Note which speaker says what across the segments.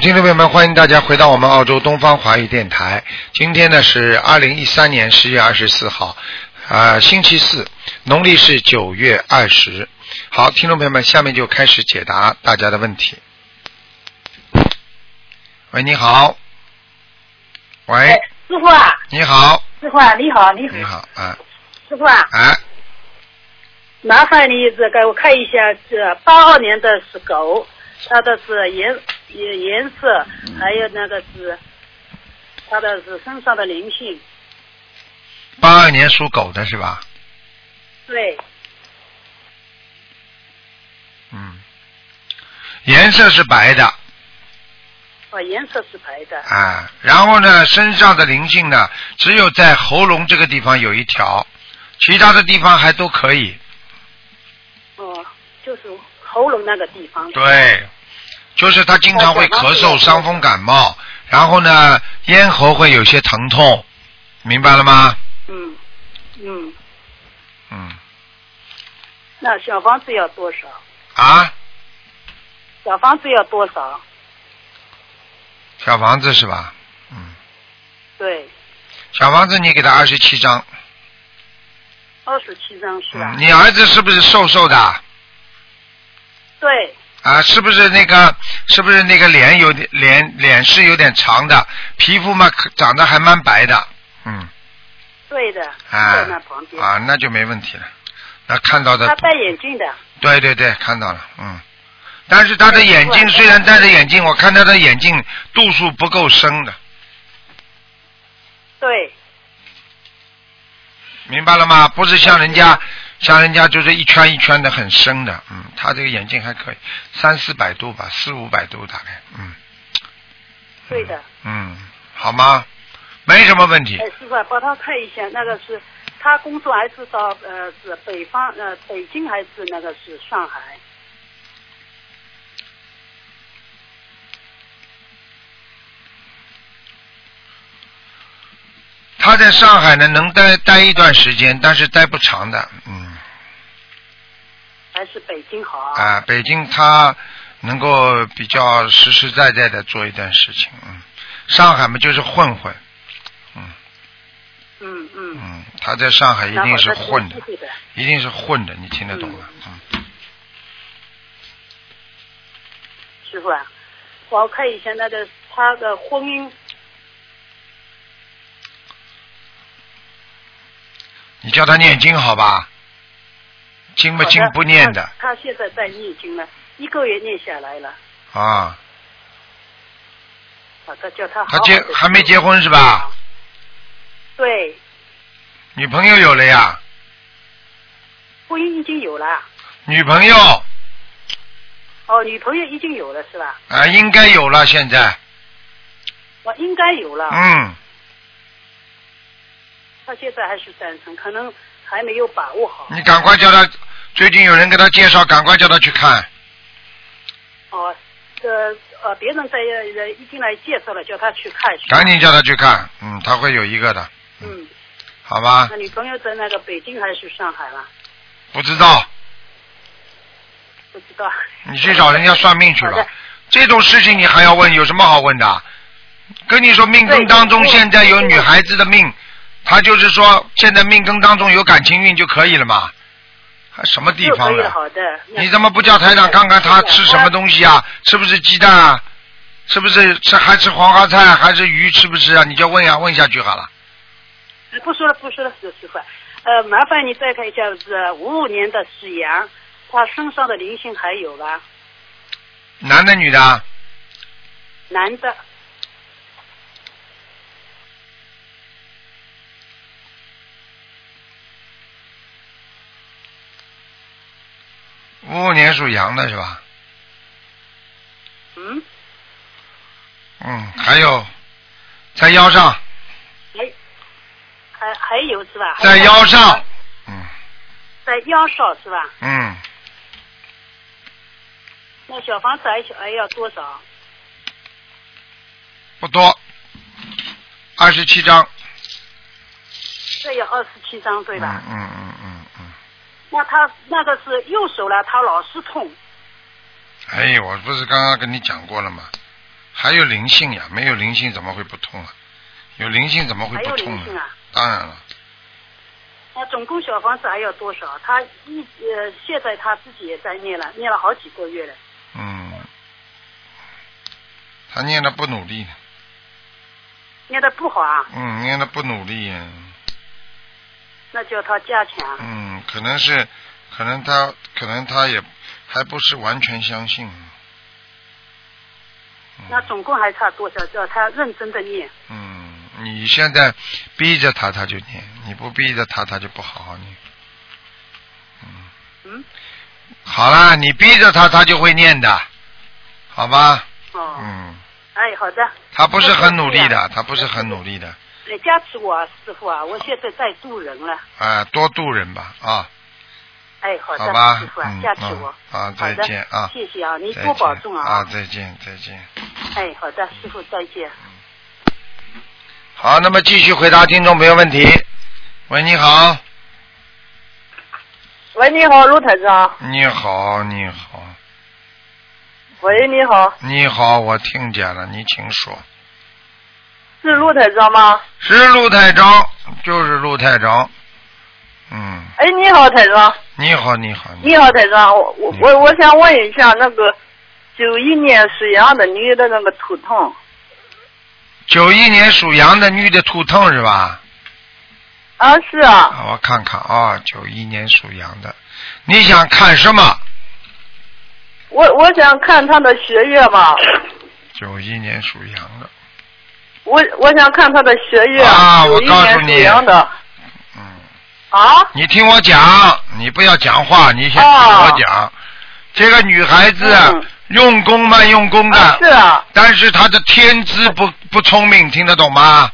Speaker 1: 听众朋友们，欢迎大家回到我们澳洲东方华语电台。今天呢是二零一三年十月二十四号，啊、星期四，农历是九月二十。好，听众朋友们，下面就开始解答大家的问题。喂，你好。喂
Speaker 2: 哎，，师傅啊，
Speaker 1: 你好，
Speaker 2: 师傅啊，你好，你好，
Speaker 1: 你好，啊，
Speaker 2: 师傅啊，
Speaker 1: 哎，
Speaker 2: 麻烦你这个我看一下，这八二年的是狗，它的是颜颜颜色，
Speaker 1: 嗯
Speaker 2: 还有那个是它的是身上的灵性，
Speaker 1: 八二年属狗的是吧？
Speaker 2: 对，
Speaker 1: 嗯，颜色是白的，
Speaker 2: 哦，颜色是白的，
Speaker 1: 啊，然后呢，身上的灵性呢，只有在喉咙这个地方有一条，其他的地方还都可以。
Speaker 2: 哦，就是喉咙那个地方，
Speaker 1: 对，就是他经常会咳嗽、伤风感冒，然后呢，咽喉会有些疼痛，明白了吗？
Speaker 2: 嗯嗯，
Speaker 1: 嗯，
Speaker 2: 那小房子要多少？
Speaker 1: 啊，
Speaker 2: 小房子要多少？
Speaker 1: 小房子是吧？嗯，
Speaker 2: 对，
Speaker 1: 小房子你给他二十七张。
Speaker 2: 二十七张是啊吧
Speaker 1: 嗯，？你儿子是不是瘦瘦的？
Speaker 2: 对，
Speaker 1: 啊，是不是那个？是不是那个脸有点脸脸是有点长的，皮肤嘛可长得还蛮白的，嗯，
Speaker 2: 对的，
Speaker 1: 啊
Speaker 2: 在那旁边，
Speaker 1: 啊，那就没问题了。那看到
Speaker 2: 他
Speaker 1: 的，
Speaker 2: 戴眼镜的。
Speaker 1: 对对对，看到了，嗯。但是他的眼
Speaker 2: 对
Speaker 1: 镜虽然戴着眼镜，我看他的眼镜度数不够深的，
Speaker 2: 对，
Speaker 1: 明白了吗？不是像人家，像人家就是一圈一圈的很深的，嗯，他这个眼镜还可以，三四百度吧，四五百度大概，嗯
Speaker 2: 对的。
Speaker 1: 嗯，好吗？没什么问题。
Speaker 2: 哎，师傅啊，帮他看一下，那个是他工作还是到呃是北方呃北京还是那个是上海？
Speaker 1: 他在上海呢，能待待一段时间，但是待不长的。嗯，
Speaker 2: 还是北京好啊？
Speaker 1: 啊，北京他能够比较实实在在的做一段事情。嗯，上海嘛就是混混。
Speaker 2: 嗯嗯，
Speaker 1: 嗯，他在上海一
Speaker 2: 那
Speaker 1: 定
Speaker 2: 好
Speaker 1: 是
Speaker 2: 的
Speaker 1: 混的
Speaker 2: 机，会的。
Speaker 1: 一定是混的，你听得懂吗？嗯，
Speaker 2: 师傅啊，我看一下那个他的婚姻，
Speaker 1: 你叫他念经好吧？经
Speaker 2: 好
Speaker 1: 嘛经不念的
Speaker 2: 他他现在在念经了，一个月念下来了，
Speaker 1: 啊，
Speaker 2: 好的，叫他好
Speaker 1: 他
Speaker 2: 好
Speaker 1: 结
Speaker 2: 地
Speaker 1: 还没结婚是吧？？
Speaker 2: 对，
Speaker 1: 女朋友有了呀，
Speaker 2: 婚姻已经有了，
Speaker 1: 女朋友
Speaker 2: 哦，女朋友已经有了是吧？
Speaker 1: 啊应该有了现在，
Speaker 2: 我应该有了。
Speaker 1: 嗯，
Speaker 2: 他现在还是单身，可能还没有把握好。
Speaker 1: 你赶快叫他，最近有人给他介绍，赶快叫他去看。
Speaker 2: 哦，呃呃，别人在呃一进来介绍了，叫他去看。
Speaker 1: 赶。紧叫他去看，嗯，他会有一个的，
Speaker 2: 嗯，
Speaker 1: 好吧
Speaker 2: 那？女朋友在那个北京还是上海了？
Speaker 1: 不知道，
Speaker 2: 不知道。
Speaker 1: 你去找人家算命去
Speaker 2: 好
Speaker 1: 吧
Speaker 2: 的。
Speaker 1: 这种事情你还要问，有什么好问的？跟你说，命根当中
Speaker 2: 对
Speaker 1: 现在有女孩子的命，她就是说现在命根当中有感情运就可以了嘛？还什么地
Speaker 2: 就可
Speaker 1: 方
Speaker 2: 以了，
Speaker 1: 了？
Speaker 2: 好的。那嗯
Speaker 1: 你怎么不叫台长看看她吃什
Speaker 2: 呃
Speaker 1: 么东西啊？是不是鸡蛋啊？是不是吃还吃黄花菜啊还是鱼吃不吃啊？你就问呀、问下去好了。
Speaker 2: 呃不说了，不说了，师傅。呃，麻烦你再看一下是五五年的史羊，他身上的灵性还有吧？
Speaker 1: 男的女的啊？
Speaker 2: 男的，
Speaker 1: 五五年属羊的是吧？
Speaker 2: 嗯，
Speaker 1: 嗯，还有在腰上，
Speaker 2: 还哎还还有是吧？
Speaker 1: 在
Speaker 2: 还有
Speaker 1: 腰上，，嗯
Speaker 2: 在腰上是吧？
Speaker 1: 嗯，
Speaker 2: 那小房子还还要多少？
Speaker 1: 不多，二十七张，
Speaker 2: 这要二十七张对
Speaker 1: 嗯
Speaker 2: 吧？
Speaker 1: 嗯嗯嗯嗯，
Speaker 2: 那他那个是右手了，他老是痛。
Speaker 1: 哎，我不是刚刚跟你讲过了吗？还有灵性呀，没有灵性怎么会不痛啊？有灵性怎么会
Speaker 3: 还
Speaker 1: 不
Speaker 3: 有
Speaker 1: 痛
Speaker 3: 灵
Speaker 1: 呢
Speaker 3: 性？啊？
Speaker 1: 当然了，
Speaker 3: 那总共小房子还有多少？他一呃，现在他自己也在念了，念了好几个月了。
Speaker 1: 嗯，他念的不努力，
Speaker 3: 念的不好啊，
Speaker 1: 嗯，念的不努力，
Speaker 3: 那叫他加强。
Speaker 1: 嗯，可能是，可能他，可能他也还不是完全相信，
Speaker 3: 那总共还差多少？叫他认真的念。
Speaker 1: 嗯，你现在逼着他，他就念；你不逼着他，他就不好好念。
Speaker 3: 嗯，
Speaker 1: 好啦，你逼着他，他就会念的，好吧？
Speaker 3: 哦，
Speaker 1: 嗯，
Speaker 3: 哎，好的，
Speaker 1: 他不是很努力
Speaker 3: 那
Speaker 1: 的
Speaker 3: 是，
Speaker 1: 他不是很努力的，
Speaker 3: 你加持我啊，师傅啊，我现在在渡人了。
Speaker 1: 啊，多度人吧，啊，
Speaker 3: 哎，好的，
Speaker 1: 好吧
Speaker 3: 师傅啊
Speaker 1: 嗯，
Speaker 3: 加持我。
Speaker 1: 嗯啊
Speaker 3: 好的
Speaker 1: 再见啊
Speaker 3: 谢谢啊，你
Speaker 1: 再
Speaker 3: 多保
Speaker 1: 见
Speaker 3: 重
Speaker 1: 啊，
Speaker 3: 啊。
Speaker 1: 再见，再见。
Speaker 3: 哎，好的，师傅再见。
Speaker 1: 好，那么继续回答听众朋友问题。喂，你好，
Speaker 2: 喂，你好，卢台长。
Speaker 1: 你好，你好，
Speaker 2: 喂，你好，
Speaker 1: 你好，我听见了，你请说。
Speaker 2: 是卢台长吗？
Speaker 1: 是陆太长，就是陆太长。嗯，
Speaker 2: 哎，你好，台长。
Speaker 1: 你好，你好，
Speaker 2: 你好，台长。我
Speaker 1: 嗯
Speaker 2: 我我我想问一下，那个九一年属羊的女的那个头疼，
Speaker 1: 九一年属羊的女的图腾是吧？
Speaker 2: 啊，是啊，
Speaker 1: 啊我看看啊，九、1一年属羊的，你想看什么？
Speaker 2: 我我想看她的学业吧，
Speaker 1: 九一年属羊的，
Speaker 2: 我我想看她的学业。
Speaker 1: 啊我
Speaker 2: 九一年
Speaker 1: 告诉你
Speaker 2: 属羊的。
Speaker 1: 嗯，
Speaker 2: 啊
Speaker 1: 你听我讲，你不要讲话，你先听
Speaker 2: 哦
Speaker 1: 我讲。这个女孩子、啊
Speaker 2: 嗯
Speaker 1: 用功慢用功的，
Speaker 2: 啊，是啊，
Speaker 1: 但是她的天资不不聪明，听得懂吗？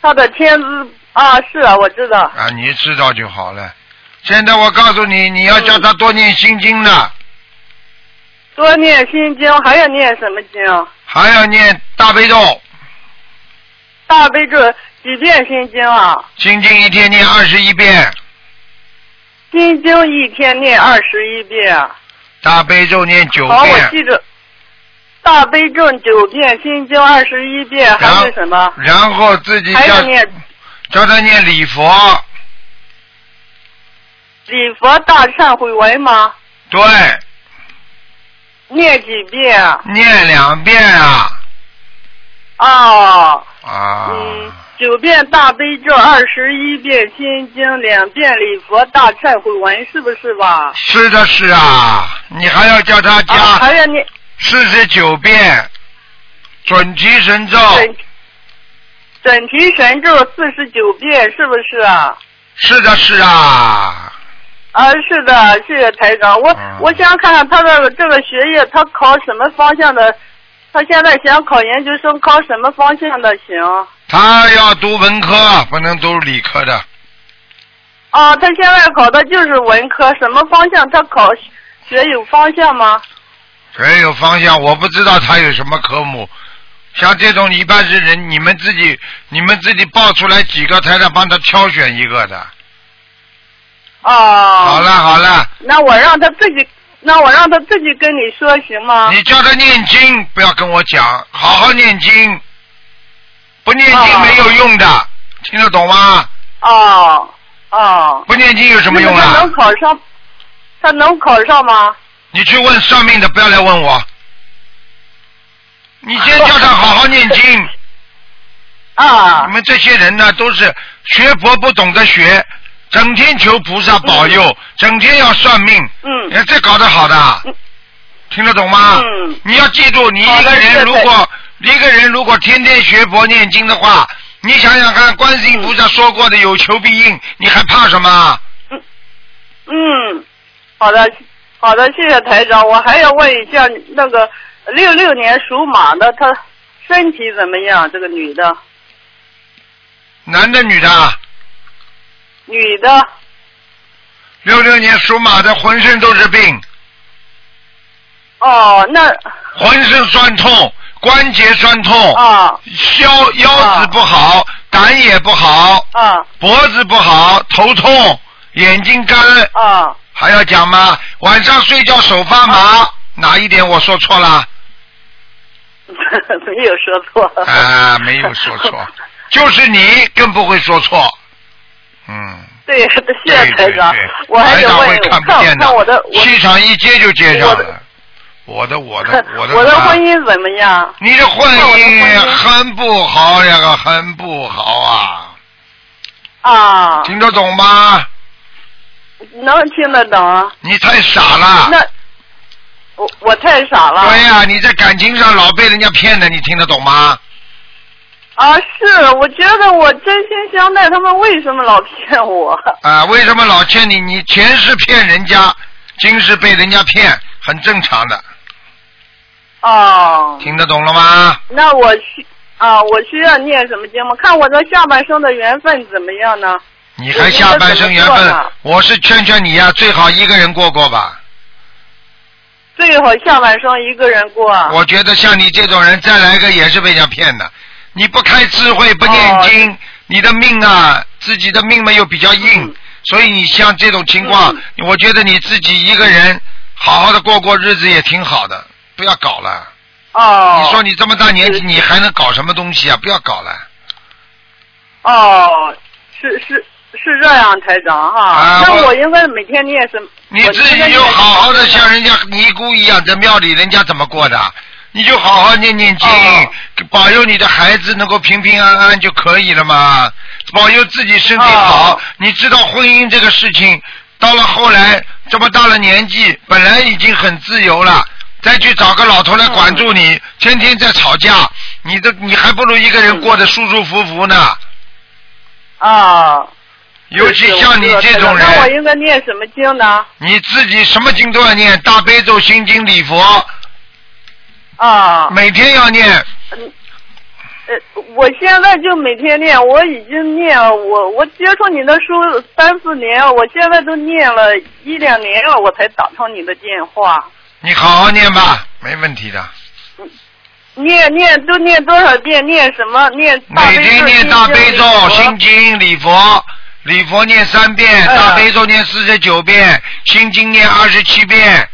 Speaker 2: 她的天资啊，是啊，我知道。
Speaker 1: 啊，你知道就好了。现在我告诉你，你要叫她多念心经的，
Speaker 2: 多念心经，还要念什么经？
Speaker 1: 还要念大悲咒，
Speaker 2: 大悲咒几遍心经啊？
Speaker 1: 心经一天念二十一遍，
Speaker 2: 心经一天念二十一遍，
Speaker 1: 大悲咒念九
Speaker 2: 好，我
Speaker 1: 遍，
Speaker 2: 记着。大悲咒九遍，心经二十一遍，
Speaker 1: 然
Speaker 2: 还有什么？
Speaker 1: 然后自己
Speaker 2: 还
Speaker 1: 叫
Speaker 2: 有念
Speaker 1: 叫她念礼佛，
Speaker 2: 礼佛大忏悔文吗？
Speaker 1: 对，
Speaker 2: 念几遍？啊
Speaker 1: 念两遍啊
Speaker 2: 哦，
Speaker 1: 啊。
Speaker 2: 嗯，九遍大悲咒，二十一遍心经，两遍礼佛大忏悔文，是不是吧？
Speaker 1: 是的，是啊，你还要叫他
Speaker 2: 啊，
Speaker 1: 加
Speaker 2: 还要念
Speaker 1: 四十九遍准提神咒，
Speaker 2: 准准提神咒四十九遍，是不是啊？
Speaker 1: 是的，是啊，
Speaker 2: 啊，是的，谢谢台长。我、
Speaker 1: 嗯
Speaker 2: 我想看看他的这个学业，他考什么方向的？他现在想考研究生，考什么方向的行？
Speaker 1: 他要读文科，不能读理科的。
Speaker 2: 啊，他现在考的就是文科，什么方向？他考学有方向吗？
Speaker 1: 没有方向，我不知道他有什么科目。像这种一般是人，你们自己你们自己报出来几个，台长帮他挑选一个的。
Speaker 2: 啊，
Speaker 1: 好
Speaker 2: 好
Speaker 1: 了，好了，
Speaker 2: 那我让他自己，那我让他自己跟你说行吗？
Speaker 1: 你叫他念经，不要跟我讲，好好念经，不念经
Speaker 2: 哦
Speaker 1: 没有用的，听得懂吗？
Speaker 2: 哦哦，
Speaker 1: 不念经有什么用
Speaker 2: 那他
Speaker 1: 啊
Speaker 2: 能？考上？他能考上吗？
Speaker 1: 你去问算命的，不要来问我。你先叫他好好念经。
Speaker 2: 啊
Speaker 1: 你，们这些人呢，都是学佛不懂得学，整天求菩萨保佑，整天要算命，
Speaker 2: 嗯
Speaker 1: 你看这搞得好的啊
Speaker 2: 嗯，
Speaker 1: 听得懂吗？
Speaker 2: 嗯
Speaker 1: 你要记住，你一
Speaker 2: 好
Speaker 1: 个
Speaker 2: 的
Speaker 1: 人
Speaker 2: 是的
Speaker 1: 如果一个人如果天天学佛念经的话，你想想看，观世音菩萨说过的有求必应，你还怕什么？
Speaker 2: 嗯，好的，好的，谢谢台长。我还要问一下，那个六六年属马的，她身体怎么样？这个女的，
Speaker 1: 男的女的啊？
Speaker 2: 女的，
Speaker 1: 六六年属马的，浑身都是病，
Speaker 2: 哦，那
Speaker 1: 浑身酸痛，关节酸痛，
Speaker 2: 啊
Speaker 1: 腰腰子不好，胆也不好，
Speaker 2: 啊
Speaker 1: 脖子不好，头痛，眼睛干，
Speaker 2: 啊
Speaker 1: 还要讲吗？晚上睡觉手发麻，哪一点我说错了？
Speaker 2: 没有说错。
Speaker 1: 啊，没有说错，就是你更不会说错。嗯，
Speaker 2: 对，谢谢台长
Speaker 1: 对对对，
Speaker 2: 我还
Speaker 1: 台
Speaker 2: 得
Speaker 1: 长
Speaker 2: 问
Speaker 1: 会，看
Speaker 2: 我
Speaker 1: 不见
Speaker 2: 看
Speaker 1: 的，
Speaker 2: 看我的我
Speaker 1: 气场一接就接上
Speaker 2: 我
Speaker 1: 了。我的我的我 的
Speaker 2: 我的
Speaker 1: 啊
Speaker 2: 婚姻怎么样？
Speaker 1: 你的婚
Speaker 2: 看我的
Speaker 1: 姻
Speaker 2: 婚姻
Speaker 1: 很不好呀，个很不好啊，
Speaker 2: 啊，
Speaker 1: 听得懂吗？
Speaker 2: 能听得懂？啊
Speaker 1: 你太傻了。
Speaker 2: 那我我太傻了。
Speaker 1: 啊对呀、你在感情上老被人家骗的，你听得懂吗？
Speaker 2: 啊，是，我觉得我真心相待，他们为什么老骗我？
Speaker 1: 啊，为什么老欠你？你前世骗人家，今世被人家骗，很正常的，
Speaker 2: 哦，
Speaker 1: 听得懂了吗？
Speaker 2: 那我需啊，我需要念什么经吗？看我的下半生的缘分怎么样呢？
Speaker 1: 你还下半生缘
Speaker 2: 我应该
Speaker 1: 分
Speaker 2: 怎么做呢，
Speaker 1: 我是劝劝你呀、最好一个人过过吧。
Speaker 2: 最好下半生一个人过。
Speaker 1: 我觉得像你这种人，再来个也是被人家骗的。你不开智慧，不念经，你的命啊，自己的命嘛又比较硬，
Speaker 2: 哦嗯
Speaker 1: 所以你像这种情况，我觉得你自己一个人好好的过过日子也挺好的，不要搞了。
Speaker 2: 哦。
Speaker 1: 你说你这么大年纪，
Speaker 2: 是
Speaker 1: 你还能搞什么东西啊？不要搞了
Speaker 2: 哦，是是是这样，台长哈。
Speaker 1: 啊我
Speaker 2: 那我应该每天念什么？
Speaker 1: 你
Speaker 2: 我
Speaker 1: 自
Speaker 2: 应该
Speaker 1: 己
Speaker 2: 念
Speaker 1: 就好好的
Speaker 2: 什么
Speaker 1: 像人家尼姑一样，在庙里人家怎么过的，你就好好念念经，
Speaker 2: 哦
Speaker 1: 保佑你的孩子能够平平安安就可以了嘛。保佑自己身体好，
Speaker 2: 哦
Speaker 1: 你知道婚姻这个事情，到了后来这么大了年纪，本来已经很自由了。再去找个老头来管住你，天天在吵架，你这你还不如一个人过得舒舒服服呢。
Speaker 2: 啊。
Speaker 1: 尤其
Speaker 2: 是是
Speaker 1: 像你
Speaker 2: 我知
Speaker 1: 这
Speaker 2: 道
Speaker 1: 种人，
Speaker 2: 那我应该念什么经呢？
Speaker 1: 你自己什么经都要念，大悲咒、心经、礼佛，
Speaker 2: 啊，
Speaker 1: 每天要念。
Speaker 2: 呃，我现在就每天念，我已经念了我我接触你的书三四年了，我现在都念了一两年了，我才打通你的电话。
Speaker 1: 你好好念吧，没问题的。
Speaker 2: 念念都念多少遍？念什么？念大悲
Speaker 1: 每
Speaker 2: 咒
Speaker 1: 天念大悲咒、心。经、礼佛，礼佛念三遍，
Speaker 2: 哎呀
Speaker 1: 大悲咒念四十九遍，心经念二十七遍。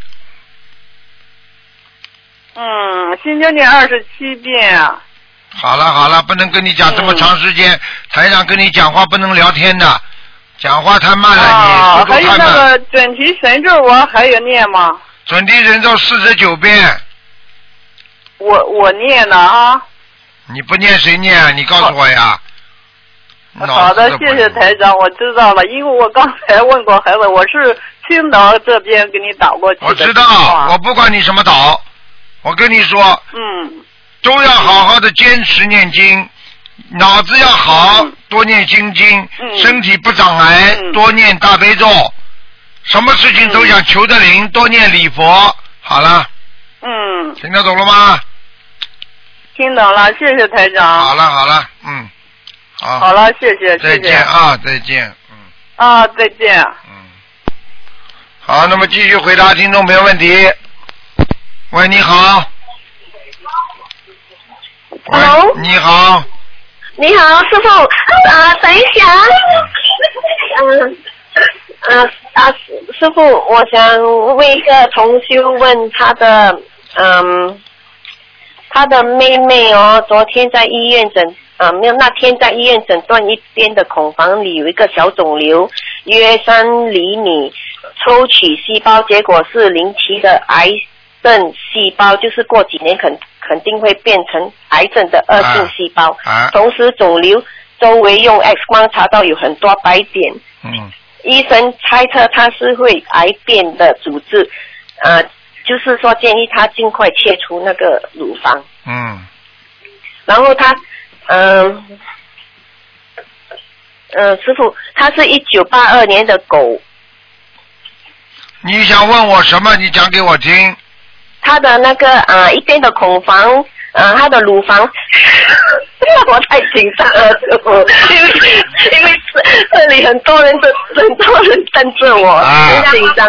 Speaker 2: 嗯，心经念二十七遍。
Speaker 1: 啊好了好了，不能跟你讲这么长时
Speaker 2: 嗯
Speaker 1: 间，台长跟你讲话不能聊天的，讲话太慢了，你
Speaker 2: 啊，
Speaker 1: 速
Speaker 2: 还
Speaker 1: 度太
Speaker 2: 有那
Speaker 1: 慢。
Speaker 2: 个准提神咒，我还有念吗？
Speaker 1: 准提人咒四十九遍，
Speaker 2: 我我念呢啊。
Speaker 1: 你不念谁念啊？你告诉我呀。
Speaker 2: 好的，谢谢
Speaker 1: 台。
Speaker 2: 台长，我知道了，因为我刚才问过孩子，我是青岛这边给你打过去的
Speaker 1: 我知
Speaker 2: 电
Speaker 1: 道，
Speaker 2: 话
Speaker 1: 我不管你什么岛，我跟你说，
Speaker 2: 嗯，
Speaker 1: 都要好好的坚持念经，脑子要好，
Speaker 2: 嗯
Speaker 1: 多念心经，
Speaker 2: 嗯
Speaker 1: 身体不长癌，
Speaker 2: 嗯
Speaker 1: 多念大悲咒，什么事情都想求得灵，多念礼佛。好了，
Speaker 2: 嗯，
Speaker 1: 听得懂了吗？
Speaker 2: 听懂了，谢谢台
Speaker 1: 好
Speaker 2: 长。
Speaker 1: 了好了，嗯，好，
Speaker 2: 好了，谢谢，
Speaker 1: 再
Speaker 2: 谢谢
Speaker 1: 见。啊，再见，嗯
Speaker 2: 啊，再见。
Speaker 1: 嗯，好，那么继续回答听众朋友问题。喂，你好。喂
Speaker 4: Hello
Speaker 1: 你好。
Speaker 4: 你好，师傅。啊、等一下啊。嗯、啊啊，师傅，我想问一个同修问他的嗯，他的妹妹哦，昨天在医院诊啊，没有，那天在医院诊断一边的孔房里有一个小肿瘤，约三厘米，抽取细胞结果是零期的癌症细胞，就是过几年肯肯定会变成癌症的恶性细胞。
Speaker 1: 啊，
Speaker 4: 同时肿瘤周围用 X 光查到有很多白点，
Speaker 1: 嗯，
Speaker 4: 医生猜测它是会癌变的组织，呃，就是说建议他尽快切除那个乳房。
Speaker 1: 嗯，
Speaker 4: 然后他，嗯、呃，师傅，他是一九八二年的狗，
Speaker 1: 你想问我什么？你讲给我听。
Speaker 4: 他的那个呃一边的孔房，呃，他的乳房。 我太紧张了，师傅，因为因为这这里很多人都很多人跟着我，
Speaker 1: 啊
Speaker 4: 很紧张。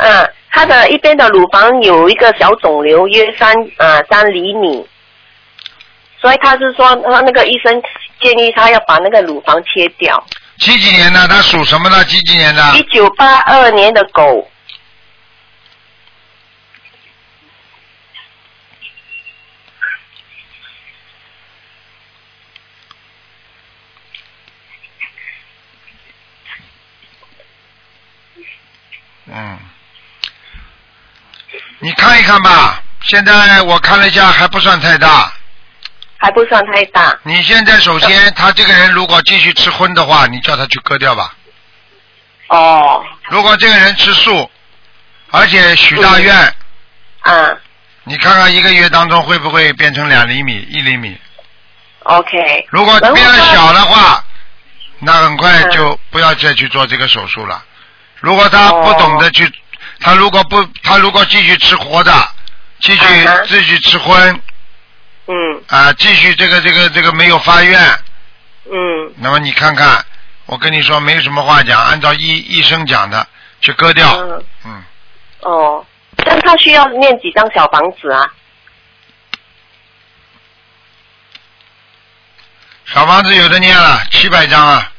Speaker 4: 嗯、他的一边的乳房有一个小肿瘤，约三呃三厘米，所以他是说，他那个医生建议他要把那个乳房切掉。
Speaker 1: 几几年的？他属什么的？几几年的？
Speaker 4: 一九八二年的狗，
Speaker 1: 嗯，你看一看吧，现在我看了一下还不算太大。
Speaker 4: 还不算太大。
Speaker 1: 你现在首先他这个人如果继续吃荤的话，你叫他去割掉吧。
Speaker 4: 哦，
Speaker 1: 如果这个人吃素，而且许大愿，
Speaker 4: 啊
Speaker 1: 你看看一个月当中会不会变成两厘米、一厘米？
Speaker 4: ，OK。
Speaker 1: 如果
Speaker 4: 然后
Speaker 1: 变得
Speaker 4: 他
Speaker 1: 小的话，那很快
Speaker 4: 嗯
Speaker 1: 就不要再去做这个手术了。如果他
Speaker 4: 哦
Speaker 1: 不懂得去，他如果不，他如果继续吃活的，继续、
Speaker 4: 嗯哼
Speaker 1: 继续吃荤
Speaker 4: 嗯
Speaker 1: 啊、继续这个这个这个没有发愿，
Speaker 4: 嗯
Speaker 1: 那么你看看，我跟你说没什么话讲，按照医医生讲的去割掉，
Speaker 4: 嗯，
Speaker 1: 嗯，
Speaker 4: 哦，但他需要念几张小房子啊？
Speaker 1: 小房子有的念了七百张啊，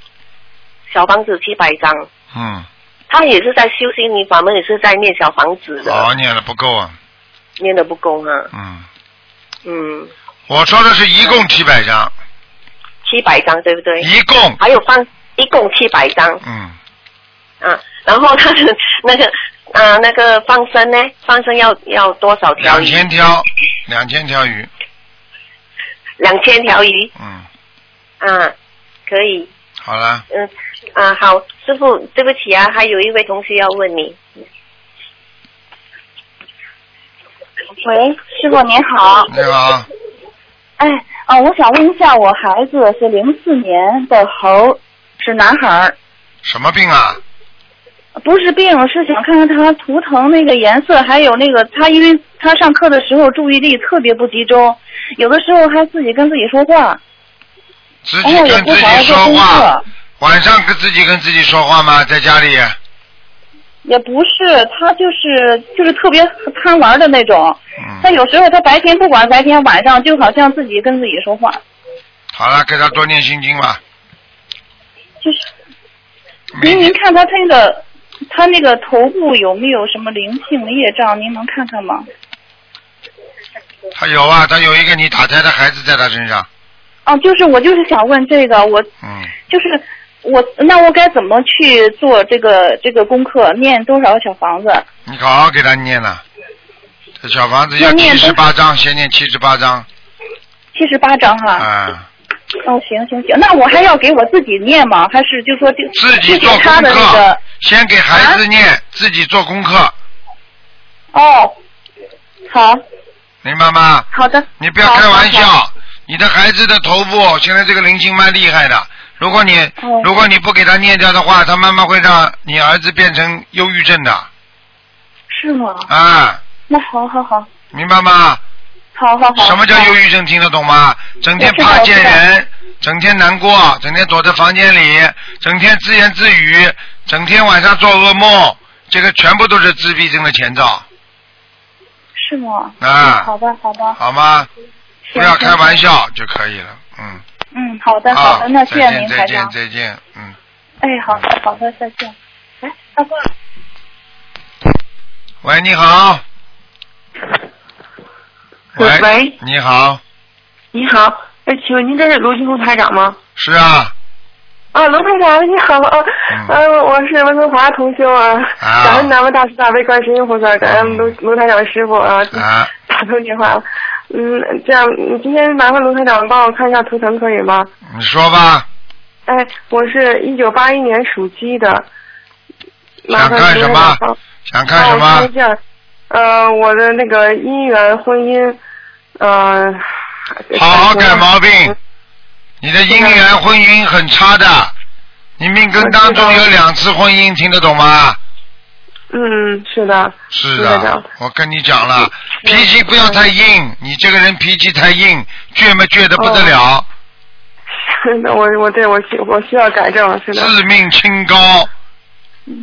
Speaker 4: 小房子七百张。
Speaker 1: 嗯，
Speaker 4: 他也是在修心灵法门，也是在念小房子的，
Speaker 1: 好念了不够啊，
Speaker 4: 念的不够啊。
Speaker 1: 嗯，
Speaker 4: 嗯，
Speaker 1: 我说的是一共七百张，
Speaker 4: 七百张对不对？
Speaker 1: 一共，
Speaker 4: 还有放一共七百张
Speaker 1: 嗯，
Speaker 4: 啊。然后他的那个啊、那个放生呢？放生要要多少条
Speaker 1: 两
Speaker 4: 鱼？
Speaker 1: 千条，两千条鱼，
Speaker 4: 两千条鱼
Speaker 1: 嗯，
Speaker 4: 啊，可以。
Speaker 1: 好了，
Speaker 4: 嗯啊，好，师傅，对不起啊，还有一位同学要问你。
Speaker 5: 喂，师傅您好。
Speaker 1: 你好，
Speaker 5: 哎，啊，我想问一下，我孩子是零四年的猴，是男孩儿，
Speaker 1: 什么病啊？
Speaker 5: 不是病，是想看看他图腾那个颜色，还有那个他，因为他上课的时候注意力特别不集中，有的时候还自己跟自己说话，
Speaker 1: 自
Speaker 5: 哎
Speaker 1: 己
Speaker 5: 呀，也
Speaker 1: 跟
Speaker 5: 不
Speaker 1: 自
Speaker 5: 好好
Speaker 1: 己
Speaker 5: 做
Speaker 1: 说
Speaker 5: 功
Speaker 1: 话
Speaker 5: 课，。
Speaker 1: 晚上跟自己跟自己说话吗？在家里，
Speaker 5: 也不是，他就是就是特别贪玩的那种。他
Speaker 1: 嗯，
Speaker 5: 有时候他白天不管白天，晚上就好像自己跟自己说话，
Speaker 1: 好了，给他多念心经吧。
Speaker 5: 就是
Speaker 1: 每
Speaker 5: 您您
Speaker 1: 天
Speaker 5: 看他那个他那个头部有没有什么灵性的业障？您能看看吗？
Speaker 1: 他有啊，他有一个你打胎的孩子在他身上，
Speaker 5: 啊，就是我就是想问这个，我
Speaker 1: 嗯，
Speaker 5: 就是我那我该怎么去做这个这个功课？念多少小房子？
Speaker 1: 你好好给他念了。这小房子要
Speaker 5: 要
Speaker 1: 七
Speaker 5: 念
Speaker 1: 十八章，先念七十八章
Speaker 5: 七十八章哈。
Speaker 1: 啊，
Speaker 5: 哦，行行行，那我还要给我自己念吗？还是就说就
Speaker 1: 自己
Speaker 5: 就给
Speaker 1: 做功
Speaker 5: 他的那
Speaker 1: 课
Speaker 5: 个？，
Speaker 1: 先给孩
Speaker 5: 啊
Speaker 1: 子念，自己做功课，
Speaker 5: 哦，好
Speaker 1: 明白吗？
Speaker 5: 好的。
Speaker 1: 你不要开玩
Speaker 5: 好。好好
Speaker 1: 笑，你的孩子的头部现在这个灵性蛮厉害的，如果你、
Speaker 5: 哦
Speaker 1: 如果你不给他念掉的话，他慢慢会让你儿子变成忧郁症的
Speaker 5: 是吗？
Speaker 1: 啊，
Speaker 5: 那好好好，
Speaker 1: 明白吗？
Speaker 5: 好好好。
Speaker 1: 什么叫忧郁症？听得懂吗？整天怕见人，整天难过，整天躲在房间里，整天自言自语，整天晚上做噩梦，这个全部都是自闭症的前兆，
Speaker 5: 是吗？
Speaker 1: 啊
Speaker 5: 嗯好吧，好吧。
Speaker 1: 好吗？不
Speaker 5: 行
Speaker 1: 要开玩。
Speaker 5: 行
Speaker 1: 笑就可以了，嗯。
Speaker 5: 嗯，好的，好
Speaker 1: 啊
Speaker 5: 的，，那
Speaker 1: 再
Speaker 5: 谢谢
Speaker 1: 见，
Speaker 5: 您，
Speaker 1: 再
Speaker 5: 台
Speaker 1: 见，
Speaker 5: 长。
Speaker 1: 再见，嗯。
Speaker 5: 哎，好的，好的，再见。哎，大哥，
Speaker 1: 喂，你好。喂，
Speaker 6: 喂
Speaker 1: 你好，
Speaker 6: 你好，哎，请问您这是卢金红台长吗？
Speaker 1: 是啊，
Speaker 4: Ah,
Speaker 6: 啊，卢台长，你好，啊
Speaker 1: 嗯，
Speaker 6: 呃，我是温哥华同修啊，
Speaker 1: 啊
Speaker 6: 感恩南无大慈大悲观世音菩萨，感
Speaker 1: 嗯
Speaker 6: 恩卢卢台长师傅啊，
Speaker 1: 啊，
Speaker 6: 打通电话了。嗯，这样，嗯今天麻烦卢台长帮我看一下图腾可以吗？
Speaker 1: 你说吧，
Speaker 6: 哎，我是一九八一年属鸡的，麻
Speaker 1: 想
Speaker 6: 烦
Speaker 1: 看
Speaker 6: 卢
Speaker 1: 什
Speaker 6: 台
Speaker 1: 么
Speaker 6: 长帮？
Speaker 1: 想看什
Speaker 6: 帮哦我
Speaker 1: 么
Speaker 6: 看一？下，呃，我的那个姻缘、婚姻，呃，
Speaker 1: 好好改毛病。你的姻缘
Speaker 6: 嗯
Speaker 1: 婚姻很差的，你命根当中有两次婚姻，听得懂吗？
Speaker 6: 嗯，是的。
Speaker 1: 是
Speaker 6: 是的
Speaker 1: 啊，我跟你讲了，
Speaker 6: 嗯
Speaker 1: 脾气不要太硬，你这个人脾气太硬，倔嘛倔的不得
Speaker 6: 哦
Speaker 1: 了，
Speaker 6: 那我我对我需我需要改正，是的，
Speaker 1: 自命清高，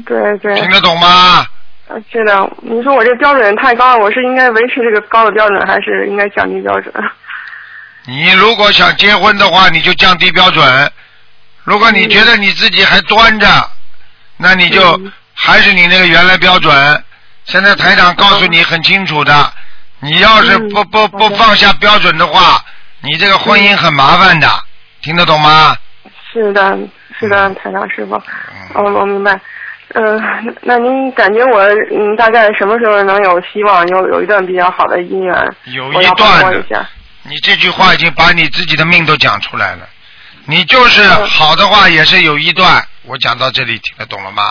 Speaker 6: 对对，
Speaker 1: 听得懂吗？
Speaker 6: 呃是的。你说我这标准太高了，我是应该维持这个高的标准，还是应该降低标准？
Speaker 1: 你如果想结婚的话，你就降低标准；如果你觉得你自己还端着，那你就
Speaker 6: 嗯
Speaker 1: 还是你那个原来标准。现在台长告诉你很清楚的，你要是不不不放下标准的话，你这个婚姻很麻烦的，听得懂吗？
Speaker 6: 是的，是的，台长师傅，
Speaker 1: 嗯
Speaker 6: 哦哦，我明白。嗯、那您感觉我嗯大概什么时候能有希望有有一段比较好的姻缘？
Speaker 1: 有
Speaker 6: 我
Speaker 1: 一
Speaker 6: 要把
Speaker 1: 段
Speaker 6: 握一
Speaker 1: 的
Speaker 6: 下。
Speaker 1: 你这句话已经把你自己的命都讲出来了，你就是好的话也是有一段。我讲到这里听得懂了吗？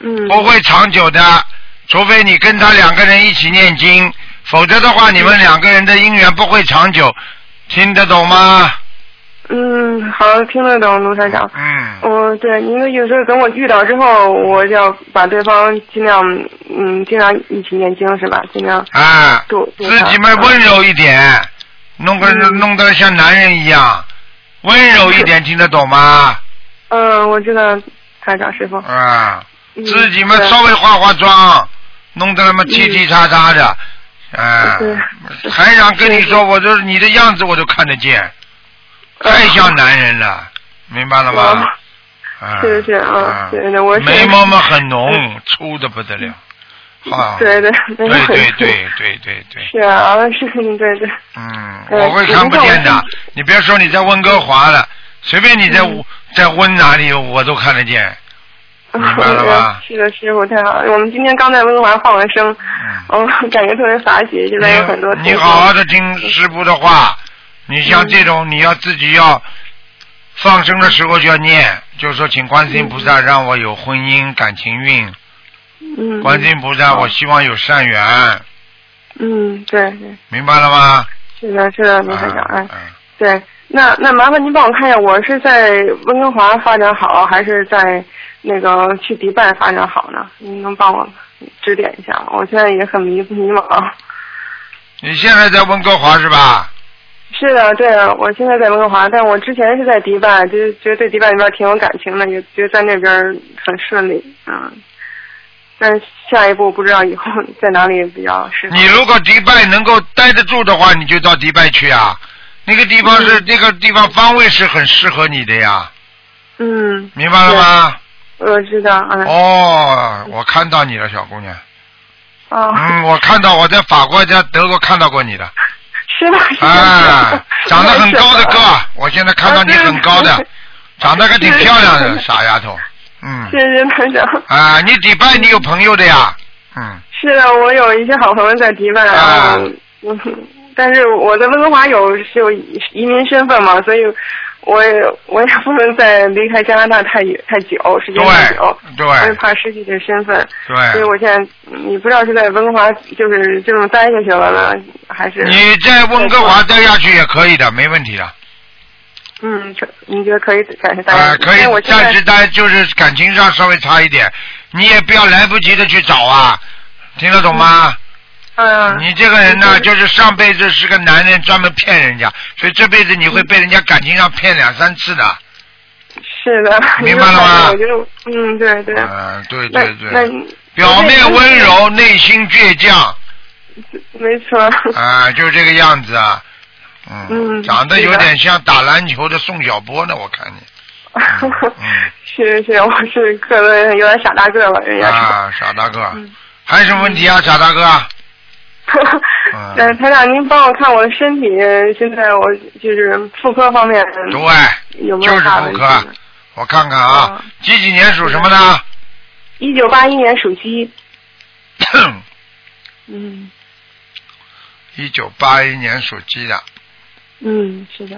Speaker 6: 嗯，
Speaker 1: 不会长久的，除非你跟他两个人一起念经，否则的话你们两个人的姻缘不会长久，听得懂吗？
Speaker 6: 嗯，好，听得懂卢台长。
Speaker 1: 嗯，
Speaker 6: 嗯，对，您的意思是等我遇到之后，我就要把对方尽量嗯尽量一起念经是吧？尽量
Speaker 1: 啊，
Speaker 6: 多多
Speaker 1: 自
Speaker 6: 少
Speaker 1: 己们温柔一点，弄个
Speaker 6: 嗯
Speaker 1: 弄得像男人一样，温柔一点，听得懂吗？
Speaker 6: 嗯，我知道台长师傅。
Speaker 1: 啊，
Speaker 6: 嗯
Speaker 1: 自己们
Speaker 6: 对
Speaker 1: 稍微化化妆，弄得他妈踢踢叉叉的，啊
Speaker 6: 对，
Speaker 1: 还想跟你说，我就是你的样子我都看得见，太像男人了，明白了
Speaker 6: 嗯
Speaker 1: 吗？啊，
Speaker 6: 是是啊对对我是嗯
Speaker 1: 眉毛嘛很浓，粗的不得了，好，
Speaker 6: 对对，
Speaker 1: 啊对
Speaker 6: 没
Speaker 1: 对
Speaker 6: 有很
Speaker 1: 对
Speaker 6: 多
Speaker 1: 对对对对，
Speaker 6: 是啊，是，对对，
Speaker 1: 嗯，
Speaker 6: 呃
Speaker 1: 我会看不见的
Speaker 6: 我，
Speaker 1: 你别说你在温哥华了，随便你在
Speaker 6: 嗯
Speaker 1: 在温哪里我都看得见， 明白了吧
Speaker 6: 嗯是的，师傅太好了。我们今天刚在温哥华放完生，
Speaker 1: 嗯。
Speaker 6: 嗯， 感觉特别法喜，现在有很多
Speaker 1: 你你好好的听师傅的话，你像这种你要自己要放生的时候就要念，就是说请观世音菩萨让我有婚姻感情运，
Speaker 6: 嗯，
Speaker 1: 观世音菩萨我希望有善缘，
Speaker 6: 嗯，对对，
Speaker 1: 明白了吗？
Speaker 6: 是的，是的，卢台长，哎
Speaker 1: 嗯，嗯
Speaker 6: 对，那那麻烦您帮我看一下，我是在温哥华发展好，还是在那个去迪拜发展好呢？您能帮我指点一下吗？我现在也很迷迷茫。啊
Speaker 1: 你现在在温哥华是吧？
Speaker 6: 是的，对啊，我现在在温哥华，但我之前是在迪拜，就是觉得对迪拜那边挺有感情的，也觉得在那边很顺利，嗯。但是下一步不知道以后在哪里比较适合。
Speaker 1: 你如果迪拜能够待得住的话，你就到迪拜去啊。那个地方是、那个地方方位是很适合你的呀，
Speaker 6: 嗯，
Speaker 1: 明白了吗？
Speaker 6: 我知道，嗯，
Speaker 1: 哦，我看到你了，小姑娘。
Speaker 6: 哦，
Speaker 1: 嗯，我看到我在法国、在德国看到过你的，
Speaker 6: 是的，是的，
Speaker 1: 啊，长得很高的个
Speaker 6: 哥，
Speaker 1: 儿，我现在看到你很高
Speaker 6: 啊
Speaker 1: 的
Speaker 6: 对，
Speaker 1: 长得还挺
Speaker 6: 是
Speaker 1: 漂亮的
Speaker 6: 是
Speaker 1: 傻丫头，嗯
Speaker 6: 谢，谢台长。
Speaker 1: 啊，你迪拜你有朋友的呀，嗯，
Speaker 6: 是的，我有一些好朋友在迪拜，
Speaker 1: 啊
Speaker 6: 然后 嗯，但是我在温哥华有是有移民身份嘛，所以我也我也不能再离开加拿大太远太久，时间太
Speaker 1: 对
Speaker 6: 久，我也
Speaker 1: 对
Speaker 6: 怕失去这身份，所以
Speaker 1: 对，
Speaker 6: 我现在嗯你不知道是在温哥华就是这种待下去了呢，还是
Speaker 1: 你在温哥华待下去也可以的，没问题的，啊
Speaker 6: 嗯，可你觉得可以暂时待下
Speaker 1: 啊，
Speaker 6: 去？
Speaker 1: 可
Speaker 6: 因为
Speaker 1: 以
Speaker 6: 我现在
Speaker 1: 暂时待，就是感情上稍微差一点，你也不要来不及的去找啊，听得懂吗？
Speaker 6: 嗯，
Speaker 1: 你这个人呢，
Speaker 6: 嗯
Speaker 1: 就是上辈子是个男人，专门骗人家，所以这辈子你会被人家感情上骗两三次的。
Speaker 6: 是的，
Speaker 1: 明白了吗
Speaker 6: 我觉得嗯，对对，
Speaker 1: 嗯，对
Speaker 6: 那
Speaker 1: 对
Speaker 6: 那
Speaker 1: 对，表面温柔，内心倔强，
Speaker 6: 没错，
Speaker 1: 啊，就是这个样子啊。嗯，
Speaker 6: 嗯
Speaker 1: 长得有
Speaker 6: 是的
Speaker 1: 点像打篮球的宋小波呢，我看你。 嗯
Speaker 6: 是是，我是可能有点傻大个吧，人家 是。
Speaker 1: 啊，傻大个
Speaker 6: 嗯，
Speaker 1: 还有什么问题啊，傻大哥？嗯
Speaker 6: 嗯，台长，您帮我看我的身体，现在我就是妇科方面
Speaker 1: 对，
Speaker 6: 有没有大问
Speaker 1: 就是妇
Speaker 6: 题
Speaker 1: 科？啊我看看啊
Speaker 6: 啊，
Speaker 1: 几几年属什么的？
Speaker 6: 一九八一年属鸡，嗯
Speaker 1: 一九八一年属鸡的。
Speaker 6: 嗯，是的，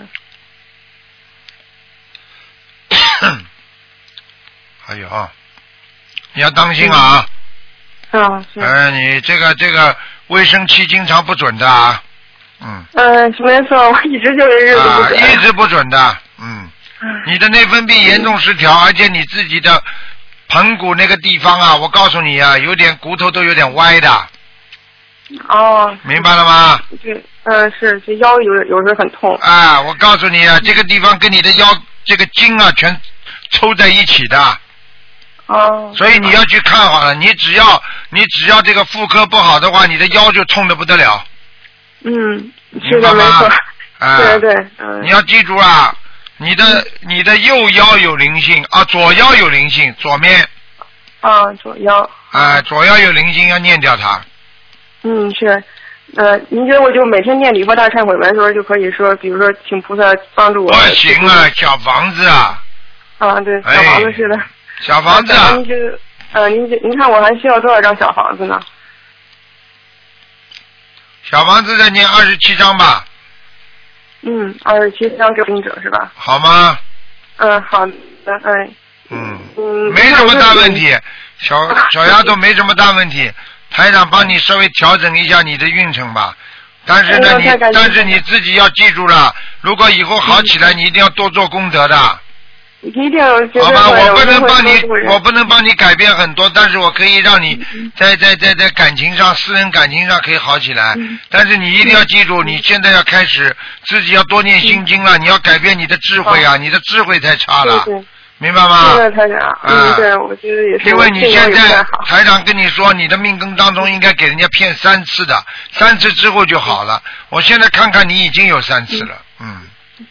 Speaker 1: 还有啊，你要当心啊！
Speaker 6: 啊是，
Speaker 1: 嗯、你这个这个卫生期经常不准的啊，嗯，
Speaker 6: 嗯，没错，我一直就是日子不
Speaker 1: 啊，
Speaker 6: 准，
Speaker 1: 一直不准的，嗯，你的内分泌严重失调，而且你自己的盆骨那个地方啊，我告诉你啊，有点骨头都有点歪的，
Speaker 6: 哦，
Speaker 1: 明白了吗？
Speaker 6: 对，嗯是，这腰有有时候很痛，
Speaker 1: 啊，我告诉你啊，这个地方跟你的腰这个筋啊全抽在一起的，
Speaker 6: 哦，
Speaker 1: 所以你要去看好了，你只要你只要这个妇科不好的话，你的腰就痛的不得了。
Speaker 6: 嗯，是
Speaker 1: 明白
Speaker 6: 的，没
Speaker 1: 吗
Speaker 6: 错，
Speaker 1: 啊、
Speaker 6: 对对，嗯
Speaker 1: 你，要记住啊，你的你的右腰有灵性啊，左腰有灵性，左面
Speaker 6: 啊，左腰，
Speaker 1: 啊，左腰有灵性要念掉它。
Speaker 6: 嗯，是。呃，您觉得我就每天念礼佛大忏悔文的时候，就可以说，比如说请菩萨帮助我。
Speaker 1: 不行啊，小房子啊，
Speaker 6: 啊，对，
Speaker 1: 哎
Speaker 6: 小房子似的。
Speaker 1: 小房子啊
Speaker 6: 那，您觉得呃，您您看我还需要多少张小房子呢？
Speaker 1: 小房子再念二十七章吧，
Speaker 6: 嗯，二十七张给病者是吧？
Speaker 1: 好吗？
Speaker 6: 嗯，好的，哎，
Speaker 1: 嗯，
Speaker 6: 嗯，
Speaker 1: 没什么大问题，小小丫头没什么大问 题，台长帮你稍微调整一下你的运程吧。但是呢，
Speaker 6: 哎呦
Speaker 1: 你
Speaker 6: 太感谢嗯
Speaker 1: 但是你自己要记住了，如果以后好起来，你一定要多做功德的，好
Speaker 6: 一定嗯绝对
Speaker 1: 吧？
Speaker 6: 会
Speaker 1: 我不能
Speaker 6: 会
Speaker 1: 帮你
Speaker 6: 帮助，人嗯
Speaker 1: 我不能帮你改变很多，但是我可以让你在在在在感情上、私人感情上可以好起来。
Speaker 6: 嗯
Speaker 1: 但是你一定要记住，你现在要开始自己要多念心经了，你要改变你的智慧啊，你的智慧太差了，
Speaker 6: 嗯对对，
Speaker 1: 明白吗？
Speaker 6: 谢谢台长，
Speaker 1: 啊
Speaker 6: 嗯，对，我觉得也是，
Speaker 1: 因为你
Speaker 6: 我信仰
Speaker 1: 现
Speaker 6: 也不太
Speaker 1: 在
Speaker 6: 好，
Speaker 1: 台长跟你说，你的命根当中应该给人家骗三次的，三次之后就好了。我现在看看你已经有三次了，嗯，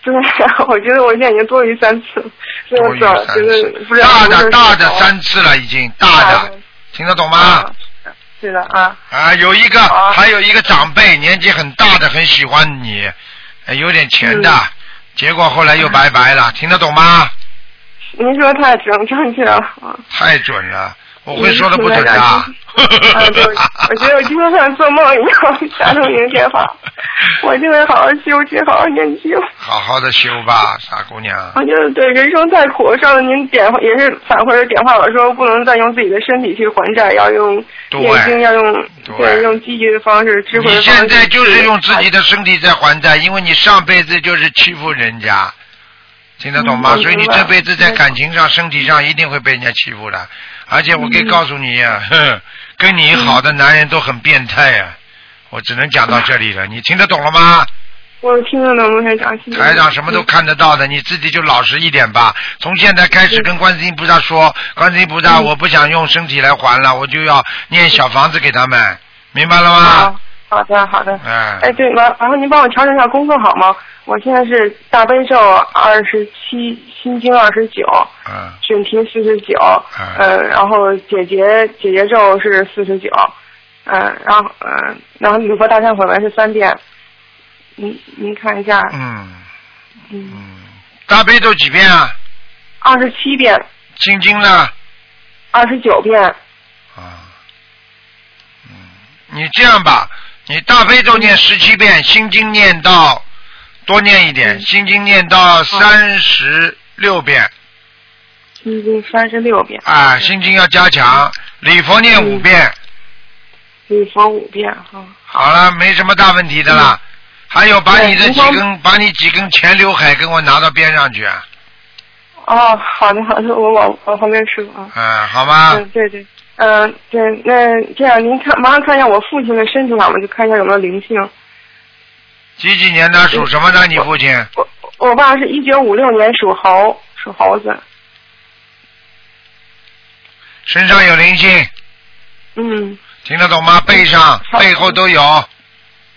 Speaker 6: 对， 我觉得我现在已经多余三次，
Speaker 1: 多于
Speaker 6: 真的是，
Speaker 1: 三
Speaker 6: 就是不
Speaker 1: 次，
Speaker 6: 知道
Speaker 1: 大
Speaker 6: 什么时
Speaker 1: 的
Speaker 6: 候
Speaker 1: 大的
Speaker 6: 好
Speaker 1: 三次了，已经大
Speaker 6: 大
Speaker 1: 的，听得懂吗？
Speaker 6: 啊，是的啊，
Speaker 1: 啊，有一个，
Speaker 6: 啊
Speaker 1: 还有一个长辈，年纪很大的，很喜欢你，呃有点钱的，
Speaker 6: 嗯
Speaker 1: 结果后来又拜拜了，听得懂吗？
Speaker 6: 您说太正正确了啊。
Speaker 1: 太准了，我会说的不准的。
Speaker 6: 啊，对， 我觉得我今天像做梦一样，打通您电话，我一定会好好修行，好好念经。
Speaker 1: 好好的修吧，傻姑娘。
Speaker 6: 我觉得对人生太苦，上次您点也是反馈点化我说，不能再用自己的身体去还债，要用
Speaker 1: 对
Speaker 6: 念经，要用
Speaker 1: 对
Speaker 6: 用积极的方式、智慧的
Speaker 1: 你
Speaker 6: 方式。
Speaker 1: 现在就是用自
Speaker 6: 啊
Speaker 1: 己的身体在还债，因为你上辈子就是欺负人家，听得懂吗？
Speaker 6: 嗯
Speaker 1: 所以你
Speaker 6: 明白
Speaker 1: 这辈子在感情上、身体上一定会被人家欺负的。而且我可以
Speaker 6: 嗯
Speaker 1: 告诉你、啊，哼，跟你好的男人都很变态呀、我只能讲到这里了，你听得懂了吗？
Speaker 6: 我听得懂，台长。谢谢
Speaker 1: 台长什
Speaker 6: 嗯
Speaker 1: 么都看得到的，你自己就老实一点吧。从现在开
Speaker 6: 嗯
Speaker 1: 始跟观世音菩萨说，观世音菩萨，我不想用身体来还了，我就要念小房子给他们，明白了吗
Speaker 6: 好？好的，好的。
Speaker 1: 哎，
Speaker 6: 哎，对，麻麻烦您帮我调整一下功课好吗？我现在是大悲咒二十七，心经二十九，
Speaker 1: 嗯。
Speaker 6: 准提四十九，
Speaker 1: 嗯
Speaker 6: 呃，然后姐姐姐姐咒是四十九，嗯，然后嗯、呃，然后礼佛大忏悔文是三遍。您您看一下，
Speaker 1: 嗯，
Speaker 6: 嗯，
Speaker 1: 嗯，大悲咒几遍啊？
Speaker 6: 二十七遍，
Speaker 1: 心经呢？
Speaker 6: 二十九遍，
Speaker 1: 啊，嗯，你这样吧，你大悲咒念十七遍，心经念到多念一
Speaker 6: 嗯
Speaker 1: 点，心经念到三十六遍
Speaker 6: 心经三十六遍，
Speaker 1: 啊，心经要加强，礼佛念五遍，
Speaker 6: 嗯礼佛五遍哈。
Speaker 1: 好了，没什么大问题的啦。还有把你的
Speaker 6: 嗯对
Speaker 1: 几
Speaker 6: 您
Speaker 1: 根，把你几根前刘海给我拿到边上去啊，
Speaker 6: 哦，好的好的，我往往旁边吃啊。
Speaker 1: 嗯，好吗？
Speaker 6: 嗯，对对，嗯、对，那这样您看，麻烦看一下我父亲的身体好吗？就看一下有没有灵性。
Speaker 1: 几几年的
Speaker 6: 嗯
Speaker 1: 属什么的？你父亲？
Speaker 6: 我我爸是一九五六年属猴，属猴子。
Speaker 1: 身上有灵性。
Speaker 6: 嗯，
Speaker 1: 听得懂吗？背上、
Speaker 6: 好
Speaker 1: 背后都有。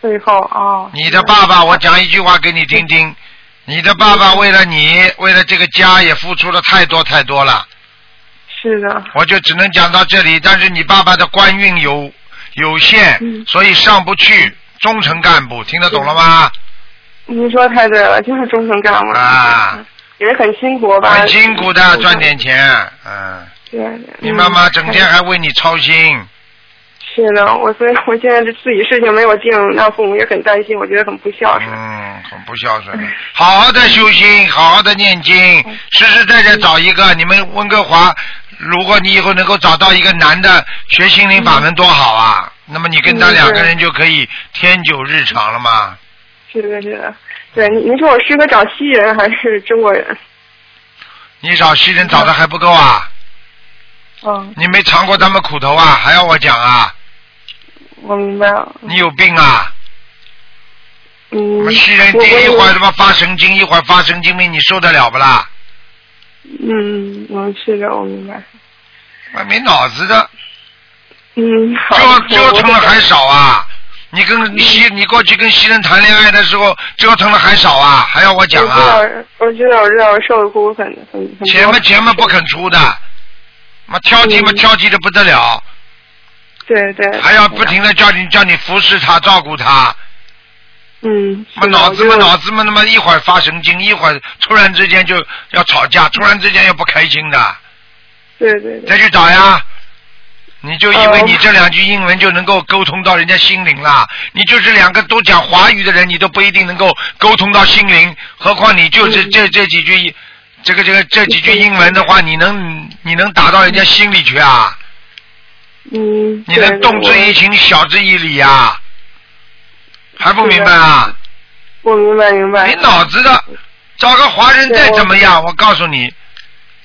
Speaker 6: 最后哦，
Speaker 1: 你的爸爸，我讲一句话给你听
Speaker 6: 嗯
Speaker 1: 听。你的爸爸为了你，为了这个家，也付出了太多太多了。
Speaker 6: 是的，
Speaker 1: 我就只能讲到这里。但是你爸爸的官运有有限，
Speaker 6: 嗯
Speaker 1: 所以上不去。中层干部，听得懂了吗？
Speaker 6: 嗯您说太对了，就是中层干部。
Speaker 1: 啊，
Speaker 6: 也是很辛苦吧？
Speaker 1: 很辛苦的，赚点钱。嗯，
Speaker 6: 对。
Speaker 1: 你
Speaker 6: 嗯
Speaker 1: 妈妈整天还为你操心。
Speaker 6: 是的，我所以我现在这自己事情没有尽，让父母也很担心，我觉得很不孝顺。
Speaker 1: 嗯，很不孝顺。好好的修心，好好的念经，实实在在找一个。你们温哥华，如果你以后能够找到一个男的学心灵法门，多好啊！那么你跟他
Speaker 6: 嗯
Speaker 1: 两个
Speaker 6: 是
Speaker 1: 人就可以天久日长了嘛。
Speaker 6: 是的，是的。对，您您说我适合找西人还是中国人？
Speaker 1: 你找西人找的还不够啊？
Speaker 6: 嗯，
Speaker 1: 你没尝过他们苦头啊？还要我讲啊？
Speaker 6: 我明白了。
Speaker 1: 你有病啊！
Speaker 6: 嗯，
Speaker 1: 我
Speaker 6: 我
Speaker 1: 们西人第一
Speaker 6: 我
Speaker 1: 会儿他妈发神经，一会儿发神经病，你受得了不啦？
Speaker 6: 嗯，我是的，我明白。
Speaker 1: 我没脑子的。
Speaker 6: 嗯，好
Speaker 1: 折折腾的
Speaker 6: 了
Speaker 1: 还少啊！你跟
Speaker 6: 嗯
Speaker 1: 西，你过去跟西人谈恋爱的时候，折腾的还少啊？还要我讲啊
Speaker 6: 我？知道，我知道，我知道，我受的苦很很嗯很多。
Speaker 1: 钱嘛钱嘛不肯出的，妈挑剔嘛
Speaker 6: 嗯
Speaker 1: 挑剔的不得了，
Speaker 6: 对对。
Speaker 1: 还要不。停的叫你叫你服侍他照顾他，
Speaker 6: 嗯。
Speaker 1: 妈脑子嘛
Speaker 6: 嘛
Speaker 1: 脑子嘛他妈一会儿发神经，一会儿突然之间就要吵架，突然之间又不开心的，哎
Speaker 6: 对对对。
Speaker 1: 再去找呀。你就以为你这两句英文就能够沟通到人家心灵啦？你就是两个都讲华语的人，你都不一定能够沟通到心灵，何况你就这这这几句，这个这个这几句英文的话，你能你能打到人家心里去啊？
Speaker 6: 嗯，
Speaker 1: 你能动之以情，晓之以理啊？还不明白啊？
Speaker 6: 我明白明白
Speaker 1: 没。脑子的，找个华人再怎么样，我告诉你，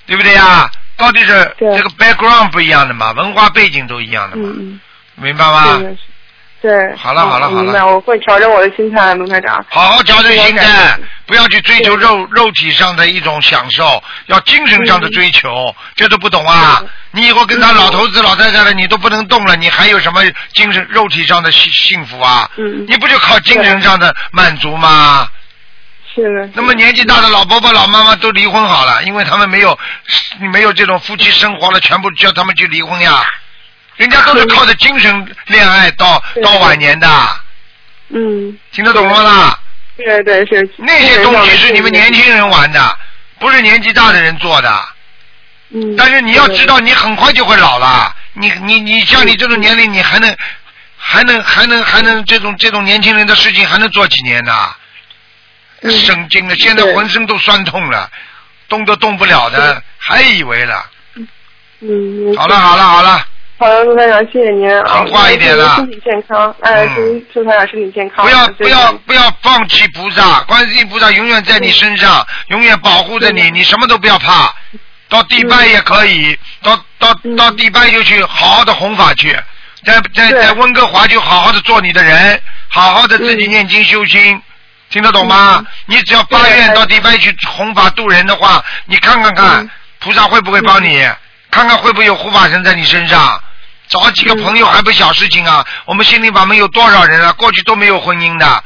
Speaker 1: 对不对呀？到底是
Speaker 6: 对
Speaker 1: 这个 background 不一样的嘛，文化背景都一样的嘛，
Speaker 6: 嗯
Speaker 1: 明白
Speaker 6: 嗯，
Speaker 1: 吗？
Speaker 6: 对对。
Speaker 1: 好了好了
Speaker 6: 我
Speaker 1: 好了
Speaker 6: 明白，我会调整我的心态，卢台长。
Speaker 1: 好好调整心
Speaker 6: 我感
Speaker 1: 态
Speaker 6: 觉，
Speaker 1: 不要去追求肉肉体上的一种享受，要精神上的追求，这都不懂啊！你以后跟他老头子、老太太了，你都不能动了，你还有什么精神、肉体上的幸幸福啊？
Speaker 6: 嗯，
Speaker 1: 你不就靠精神上的满足吗？
Speaker 6: 是的。
Speaker 1: 那么年纪大的老伯伯、老妈妈都离婚好了，因为他们没有没有这种夫妻生活了，全部叫他们去离婚呀。人家都是靠着精神恋爱到
Speaker 6: 对
Speaker 1: 到晚年的，
Speaker 6: 嗯，
Speaker 1: 听得懂了吗啦？
Speaker 6: 对对是。
Speaker 1: 那些东西是你们年轻人玩的，不是年纪大的人做的。
Speaker 6: 嗯。
Speaker 1: 但是你要知道，你很快就会老了。你你你像你这种年龄，你还能还能还能还能这种这种年轻人的事情还能做几年呢？
Speaker 6: 嗯
Speaker 1: 神经了，现在
Speaker 6: 对
Speaker 1: 浑身都酸痛了，动都动不了的，还以为了。
Speaker 6: 嗯。嗯，
Speaker 1: 好了好了好了，
Speaker 6: 好了，卢台长，谢谢您啊！
Speaker 1: 听话一点啦
Speaker 6: 祝您身体健康，哎，祝
Speaker 1: 嗯
Speaker 6: 祝台长身体健康。
Speaker 1: 不要
Speaker 6: 谢
Speaker 1: 不
Speaker 6: 谢
Speaker 1: 要不要放弃菩萨，观世音菩萨永远在你身上，永远保护着你，你什么都不要怕。到地拜也可以，到到
Speaker 6: 嗯
Speaker 1: 到地拜就去好好的弘法去，在在
Speaker 6: 对
Speaker 1: 在温哥华就好好的做你的人，好好的自己
Speaker 6: 嗯
Speaker 1: 念经修心。听得懂吗？你只要发愿
Speaker 6: 对
Speaker 1: 到迪拜去弘法度人的话，你看看看、
Speaker 6: 嗯
Speaker 1: 菩萨会不会帮你，看看会不会有护法神在你身上。找几个朋友还不小事情啊！
Speaker 6: 嗯
Speaker 1: 我们心灵法门有多少人啊？过去都没有婚姻的，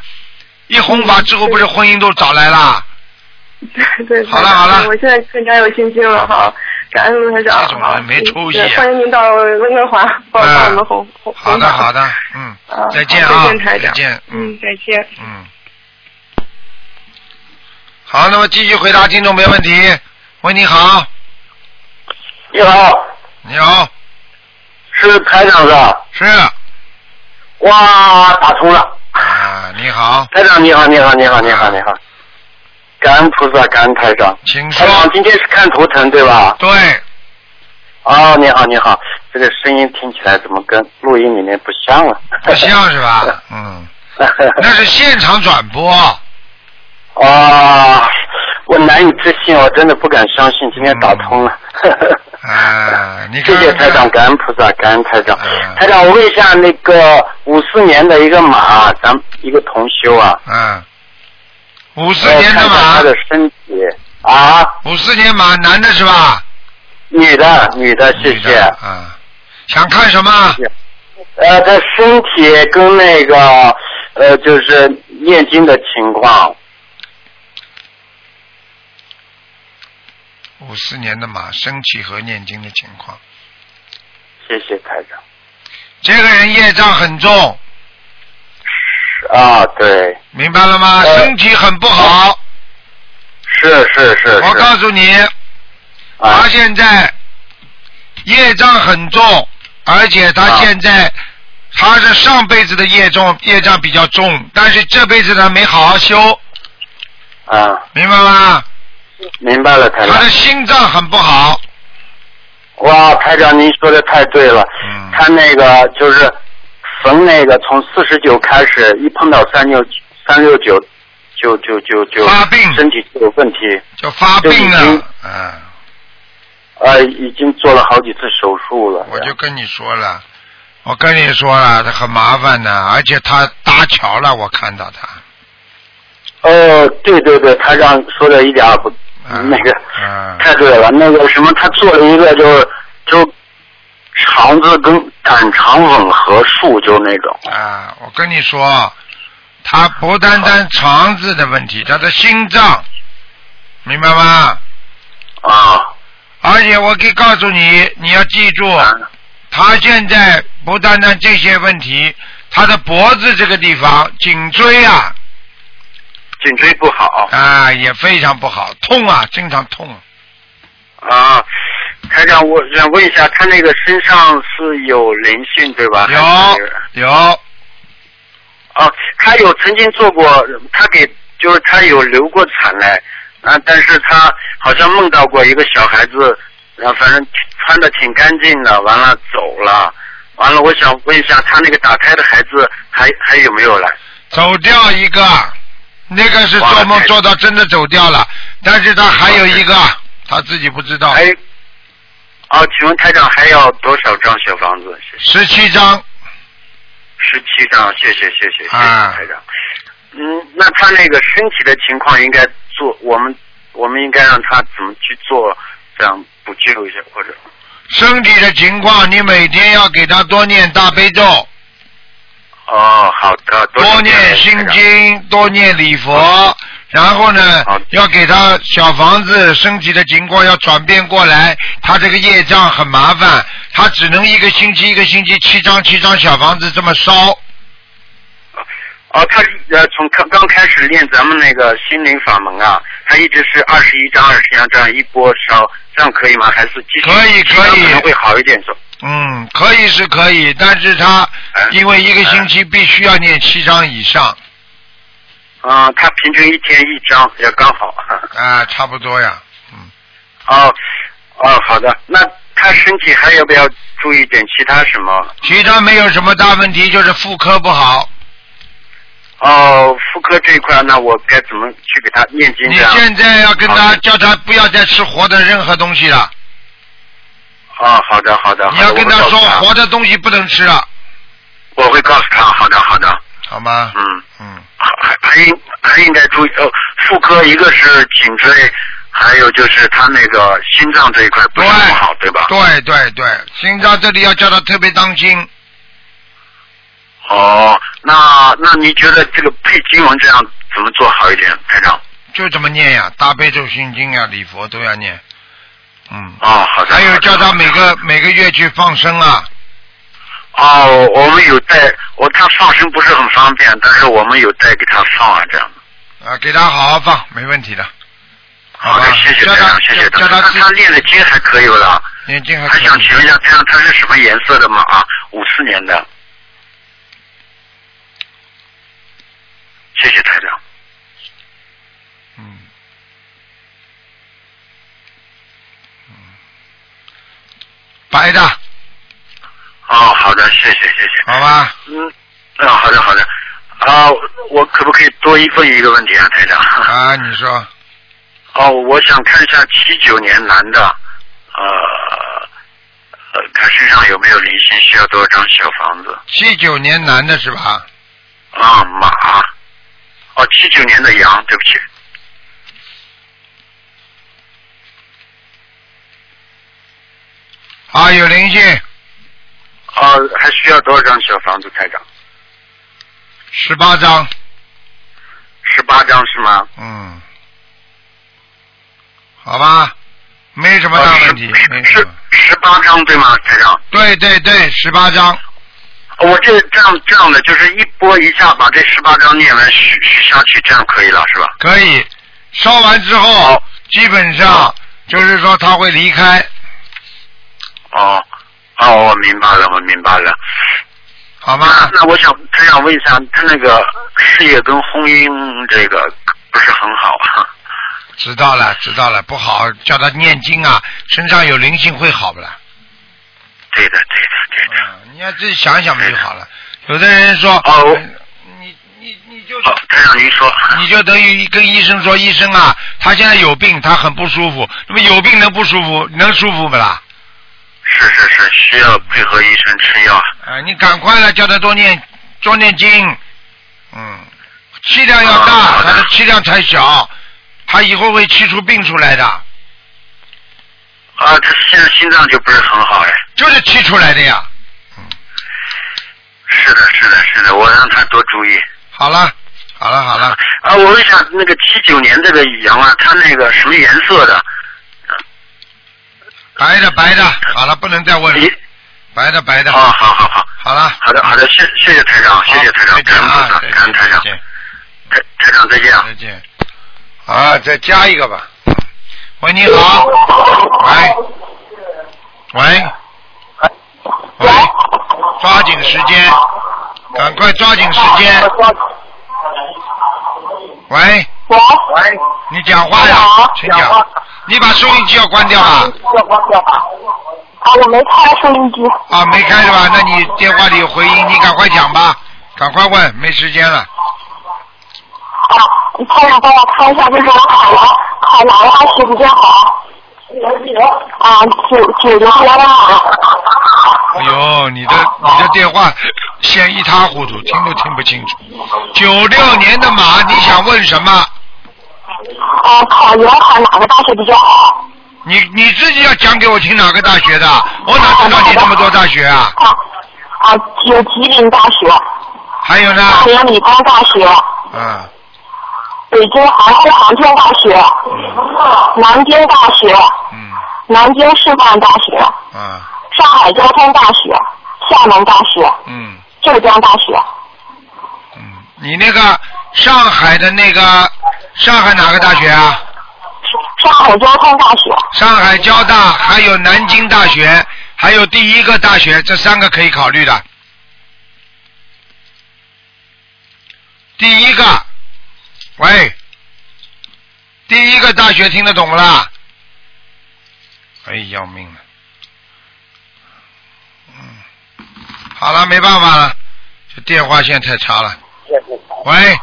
Speaker 1: 一弘法之后不是婚姻都找来了？
Speaker 6: 对 对，
Speaker 1: 好了
Speaker 6: 台长
Speaker 1: 好了
Speaker 6: 我现在更加有信心了哈。感恩卢台
Speaker 1: 这
Speaker 6: 长，
Speaker 1: 种
Speaker 6: 好
Speaker 1: 人没出息啊嗯
Speaker 6: 对欢迎您到温哥华帮帮我们红红。
Speaker 1: 好的好的，嗯，
Speaker 6: 啊
Speaker 1: 再见
Speaker 6: 好
Speaker 1: 啊，
Speaker 6: 再见台长
Speaker 1: 见，嗯
Speaker 6: 嗯，再见。
Speaker 1: 嗯。好，那么继续回答听众没问题。喂，你好，
Speaker 7: 你好，
Speaker 1: 你好，
Speaker 7: 是台长是吧？
Speaker 1: 是
Speaker 7: 哇，打通了！
Speaker 1: 啊，你好，
Speaker 7: 台长你好，你好，你好，你好，你好！感恩菩萨，感恩台长。
Speaker 1: 请
Speaker 7: 台长
Speaker 1: 说。
Speaker 7: 今天是看图腾对吧？
Speaker 1: 对，
Speaker 7: 哦，你好，你好，这个声音听起来怎么跟录音里面不像了？
Speaker 1: 不像是 吧？嗯，那是现场转播。
Speaker 7: 啊，我难以置信，我真的不敢相信，今天打通了。
Speaker 1: 嗯 啊，你
Speaker 7: 谢
Speaker 1: 看看
Speaker 7: 谢台长，感恩菩萨，感恩台长
Speaker 1: 嗯。
Speaker 7: 台长，我问一下，那个五四年的一个马，咱们一个同修啊，
Speaker 1: 嗯，五四
Speaker 7: 呃
Speaker 1: 年的
Speaker 7: 看看
Speaker 1: 马
Speaker 7: 他，的身体啊，
Speaker 1: 五四年马男的是吧？
Speaker 7: 女的，女的，谢
Speaker 1: 女
Speaker 7: 谢
Speaker 1: 的。啊，想看什么？
Speaker 7: 呃，她身体跟那个呃，就是念经的情况，
Speaker 1: 五四年的马身体和念经的情况，
Speaker 7: 谢谢台长。
Speaker 1: 这个人业障很重，
Speaker 7: 啊，对，
Speaker 1: 明白了吗？
Speaker 7: 呃
Speaker 1: 身体很不好，
Speaker 7: 是是是是。
Speaker 1: 我告诉你，
Speaker 7: 啊
Speaker 1: 他，现在业障很重，而且他
Speaker 7: 啊
Speaker 1: 现在他是上辈子的业重业障比较重，但是这辈子呢没好好修，
Speaker 7: 啊，
Speaker 1: 明白吗？
Speaker 7: 明白了，台长
Speaker 1: 他。的心脏很不好，
Speaker 7: 哇，台长，您说的太对了。
Speaker 1: 嗯
Speaker 7: 他那个就是逢那个从四十九开始，一碰到三六三六九，就就就就
Speaker 1: 发病
Speaker 7: 身体就有问题。
Speaker 1: 就发病
Speaker 7: 对已啊
Speaker 1: 了
Speaker 7: 经。
Speaker 1: 嗯，
Speaker 7: 呃，已经做了好几次手术了。
Speaker 1: 我就跟你说了，我跟你说了，他很麻烦的，而且他搭桥了，我看到他。
Speaker 7: 哦，对对对，台长说的一点儿不、
Speaker 1: 嗯
Speaker 7: 那个、
Speaker 1: 嗯
Speaker 7: 太对了，那个什么，他做了一个就是就肠子跟胆肠吻合术，就那种。
Speaker 1: 啊，我跟你说，他不单单肠子的问题，他的心脏，明白吗？
Speaker 7: 啊
Speaker 1: 哦而且我可以告诉你，你要记住，
Speaker 7: 啊
Speaker 1: 他现在不单单这些问题，他的脖子这个地方、颈椎啊
Speaker 7: 颈椎不好
Speaker 1: 啊啊也非常不好，痛啊，经常痛。
Speaker 7: 啊，台长，我想问一下，他那个身上是有灵性对吧？还是
Speaker 1: 有有，
Speaker 7: 哦，他有曾经做过，他给就是他有流过产来，啊，但是他好像梦到过一个小孩子，啊，反正穿的挺干净的，完了走了，完了，我想问一下，他那个打胎的孩子还还有没有了？
Speaker 1: 走掉一个，那个是
Speaker 7: 哇
Speaker 1: 做梦
Speaker 7: 太
Speaker 1: 做到真的走掉了，但是他还有一个，他自己不知道
Speaker 7: 还，有，哦，请问台长还要多少张小房子？谢谢。
Speaker 1: 十七张，
Speaker 7: 十七张，谢谢谢谢谢谢
Speaker 1: 啊
Speaker 7: 台长。嗯，那他那个身体的情况应该做，我们我们应该让他怎么去做，这样补救一下或者
Speaker 1: 身体的情况你每天要给他多念大悲咒，
Speaker 7: 哦，好的，多
Speaker 1: 多
Speaker 7: 少
Speaker 1: 念
Speaker 7: 遍
Speaker 1: 心。经，多念礼佛
Speaker 7: 好，
Speaker 1: 然后呢
Speaker 7: 好，
Speaker 1: 要给他小房子身体的情况要转变过来，他这个业障很麻烦，他只能一个星期一个星期七张七张小房子这么烧，
Speaker 7: 哦，他呃从刚刚开始练咱们那个心灵法门啊，他一直是二十一张、二十张这样一波烧，这样可以吗？还是继续
Speaker 1: 可以
Speaker 7: 这样
Speaker 1: 可以
Speaker 7: 可能会好一点是吧？
Speaker 1: 嗯，可以是可以，但是他
Speaker 7: 哎
Speaker 1: 因为一个星期必须要念七张以上
Speaker 7: 啊、他平均一天一张也刚好。
Speaker 1: 啊，差不多呀，嗯，
Speaker 7: 哦，哦，好的。那他身体还要不要注意点其他什么？
Speaker 1: 其他没有什么大问题，就是妇科不好。
Speaker 7: 哦，妇科这一块，那我该怎么去给他念经
Speaker 1: 你
Speaker 7: 这样？
Speaker 1: 现在要跟
Speaker 7: 好
Speaker 1: 他
Speaker 7: 的
Speaker 1: 叫他不要再吃活的任何东西了，
Speaker 7: 哦，好的，好的，好的
Speaker 1: 你要跟
Speaker 7: 我会
Speaker 1: 说
Speaker 7: 告诉
Speaker 1: 活的东西不能吃了，
Speaker 7: 嗯我会告诉他，好的，好的，
Speaker 1: 好吗？
Speaker 7: 嗯，
Speaker 1: 嗯，
Speaker 7: 还还应还应该注意哦，妇科一个是颈椎，还有就是他那个心脏这一块不
Speaker 1: 对
Speaker 7: 是很好，对吧？
Speaker 1: 对对对，心脏这里要叫他特别当心，
Speaker 7: 哦，那那你觉得这个配经文这样怎么做好一点，台长？
Speaker 1: 就这么念呀，大悲咒心经呀，礼佛都要念，嗯，
Speaker 7: 哦，好的。
Speaker 1: 还
Speaker 7: 好
Speaker 1: 有
Speaker 7: 的
Speaker 1: 叫他每
Speaker 7: 嗯
Speaker 1: 个每个月去放生啊，
Speaker 7: 哦，我们有带，我他放生不是很方便，但是我们有带给他放啊，这样。
Speaker 1: 啊，给他好好放，没问题的，好
Speaker 7: 好的
Speaker 1: 吧，？
Speaker 7: 谢谢
Speaker 1: 啊叫
Speaker 7: 台
Speaker 1: 他
Speaker 7: 长，谢谢
Speaker 1: 叫
Speaker 7: 台
Speaker 1: 叫
Speaker 7: 长。
Speaker 1: 他
Speaker 7: 那
Speaker 1: 自
Speaker 7: 他练的经还可以了，
Speaker 1: 眼睛还
Speaker 7: 还
Speaker 1: 可
Speaker 7: 想
Speaker 1: 以，
Speaker 7: 请问一下台长，他是什么颜色的马？啊，五四年的。谢谢台长。
Speaker 1: 嗯。嗯嗯白的，
Speaker 7: 哦，好的，谢谢谢谢。
Speaker 1: 好吧，
Speaker 7: 嗯，嗯，好的好的。啊，我可不可以多一问一个问题啊，台长？
Speaker 1: 啊，你说，
Speaker 7: 哦，我想看一下七九年男的，呃，呃，他身上有没有灵性？需要多少张小房子？
Speaker 1: 七九年男的是吧？
Speaker 7: 啊，马，哦，七九年的羊，对不起，
Speaker 1: 啊，有灵性，
Speaker 7: 啊，还需要多少张小房子，台长？
Speaker 1: 十八张，
Speaker 7: 十八张是吗？
Speaker 1: 嗯，好吧，没什么大问题
Speaker 7: 哦，
Speaker 1: 没什
Speaker 7: 是是
Speaker 1: 么。
Speaker 7: 十八张对吗，台长？哦
Speaker 1: 对对对，十八张，
Speaker 7: 我这这样这样的，就是一波一下把这十八张念完许许下去，这样可以了是吧？
Speaker 1: 可以，烧完之后
Speaker 7: 好，
Speaker 1: 基本上
Speaker 7: 好
Speaker 1: 就是说他会离开，
Speaker 7: 哦，哦，我明白了，我明白了。
Speaker 1: 好
Speaker 7: 那
Speaker 1: 吗？
Speaker 7: 那我想，他想问一下，他那个事业跟婚姻这个不是很好啊？
Speaker 1: 知道了，知道了，不好，叫他念经啊，身上有灵性会好不啦？
Speaker 7: 对的，对的，对的。
Speaker 1: 嗯，你要自己想想不就好了？有的人说，
Speaker 7: 哦
Speaker 1: 你你你就
Speaker 7: 好，台长您说。
Speaker 1: 你就等于跟医生说，医生啊，他现在有病，他很不舒服。那么有病能不舒服，能舒服不啦？
Speaker 7: 是是是，需要配合医生吃药。
Speaker 1: 啊、你赶快了，叫他多念多念经，嗯，气量要大，
Speaker 7: 啊
Speaker 1: 他的气量才小，他以后会气出病出来的，
Speaker 7: 啊，他现在心脏就不是很好哎。
Speaker 1: 就是气出来的呀。
Speaker 7: 是的，是的，是的，我让他多注意。
Speaker 1: 好了，好了，好了，
Speaker 7: 啊，我问一下，那个七九年这个羊啊，它那个什么颜色的？
Speaker 1: 白的白的，好了，不能再问了
Speaker 7: 咦，，
Speaker 1: 白的白的，
Speaker 7: 哦，好好好，
Speaker 1: 好了，
Speaker 7: 好的好的，谢谢谢台长，谢谢台
Speaker 1: 好
Speaker 7: 长，
Speaker 1: 再见
Speaker 7: 感恩
Speaker 1: 啊
Speaker 7: 菩萨，，感恩台
Speaker 1: 再
Speaker 7: 长，
Speaker 1: 见。
Speaker 7: 台台长再见啊。
Speaker 1: 再见。啊，再加一个吧。喂，你好。喂。喂，喂，抓紧时间，赶快抓紧时间。喂，
Speaker 8: 喂，
Speaker 1: 你讲话呀，请讲。你把收音机要关掉啊！
Speaker 9: 啊，我没开收音机。
Speaker 1: 啊，没开是吧？那你电话里有回音，你赶快讲吧，赶快问，没时间了。
Speaker 9: 啊，你看一下，帮我看一下，就是我海南海南的还是比较好。啊，九九零年的马。
Speaker 1: 哎呦，你的你的电话线一塌糊涂，听都听不清楚。九六年的马，你想问什么？
Speaker 9: 啊，考研考哪个大学比较好？
Speaker 1: 你你自己要讲给我听哪个大学的？我哪知道你那么多大学啊？
Speaker 9: 啊啊，有吉林大学、
Speaker 1: 还有呢？
Speaker 9: 大连理工大学、
Speaker 1: 嗯，
Speaker 9: 北京航空航天大学、南京大学、
Speaker 1: 嗯，
Speaker 9: 南京师范大学、
Speaker 1: 嗯，
Speaker 9: 上海交通大学、厦门大学、
Speaker 1: 嗯。
Speaker 9: 浙江大学。
Speaker 1: 嗯，你那个上海的那个上海哪个大学啊？
Speaker 9: 上海交通大学，
Speaker 1: 上海交大，还有南京大学，还有第一个大学，这三个可以考虑的。第一个，喂，第一个大学听得懂不啦？哎，要命了！嗯，好了，没办法了，这电话线太差了。喂，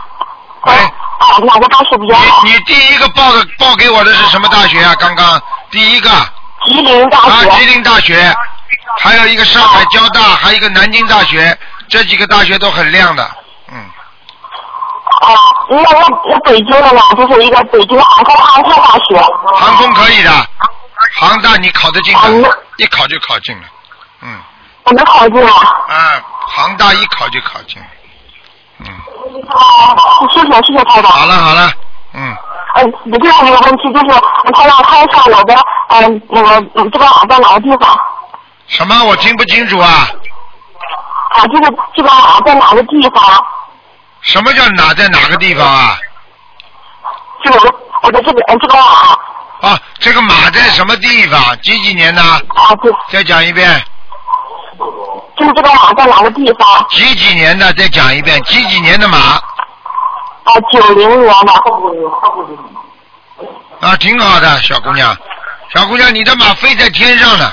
Speaker 1: 喂。
Speaker 9: 啊，哪个大学比较好？
Speaker 1: 你你第一个报的报给我的是什么大学啊？刚刚第一个啊，
Speaker 9: 吉林大学。
Speaker 1: 吉林大学，还有一个上海交大，还有一个南京大学，这几个大学都很亮的。嗯，
Speaker 9: 啊，那那那北京的呢，就是一个北京航空航天大学。
Speaker 1: 航空可以的，航大你考得进
Speaker 9: 哎呀
Speaker 1: 的，一考就考进了。嗯，
Speaker 9: 我没考进来。
Speaker 1: 啊，航大一考就考进了。嗯，
Speaker 9: 啊，谢谢谢谢台长。
Speaker 1: 好了好了，嗯，
Speaker 9: 嗯，你最后一个问题就是，呃他让看一下我的，嗯，那个嗯这个耳在哪个地方？
Speaker 1: 什么我听不清楚啊？
Speaker 9: 啊，这个这个耳在哪个地方？
Speaker 1: 什么叫哪在哪个地方啊？
Speaker 9: 是我的我的这个嗯这个耳
Speaker 1: 啊，这个马在什么地方？几几年的？
Speaker 9: 啊，对，
Speaker 1: 再讲一遍。
Speaker 9: 就是这个耳在哪个地方？
Speaker 1: 几几年的？再讲一遍，几几年的马？
Speaker 9: 啊，九零年的。
Speaker 1: 啊，挺好的，小姑娘，小姑娘，你的马飞在天上呢。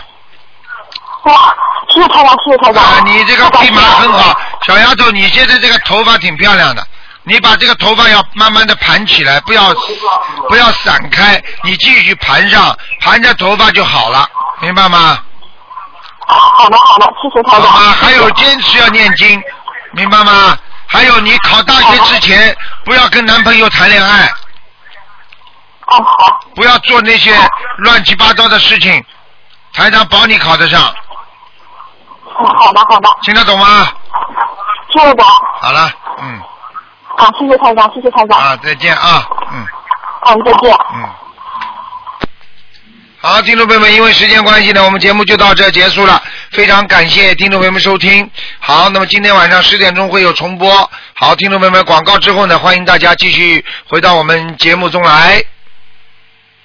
Speaker 9: 哇，谢谢台长，谢谢台长。
Speaker 1: 啊，你这个
Speaker 9: 太
Speaker 1: 匹
Speaker 9: 感
Speaker 1: 马
Speaker 9: 谢了
Speaker 1: 很好，小丫头，你现在这个头发挺漂亮的，你把这个头发要慢慢的盘起来，不要不要散开，你继续盘上，盘着头发就好了，明白吗？
Speaker 9: 啊好的好的，谢谢台
Speaker 1: 好
Speaker 9: 长。嗯
Speaker 1: 吧，还有坚持要念经，明白吗？还有你考大学之前不要跟男朋友谈恋爱，
Speaker 9: 哦好，
Speaker 1: 不要做那些乱七八糟的事情，台长保你考得上，
Speaker 9: 嗯好的好的，
Speaker 1: 听得懂吗？
Speaker 9: 谢谢的。
Speaker 1: 好了，嗯，
Speaker 9: 啊，谢谢台长，谢谢台长，
Speaker 1: 啊，再见啊，嗯
Speaker 9: 嗯，再见。
Speaker 1: 嗯。好，听众朋友们，因为时间关系呢，我们节目就到这儿结束了。非常感谢听众朋友们收听。好，那么今天晚上十点钟会有重播。好，听众朋友们，广告之后呢，欢迎大家继续回到我们节目中来。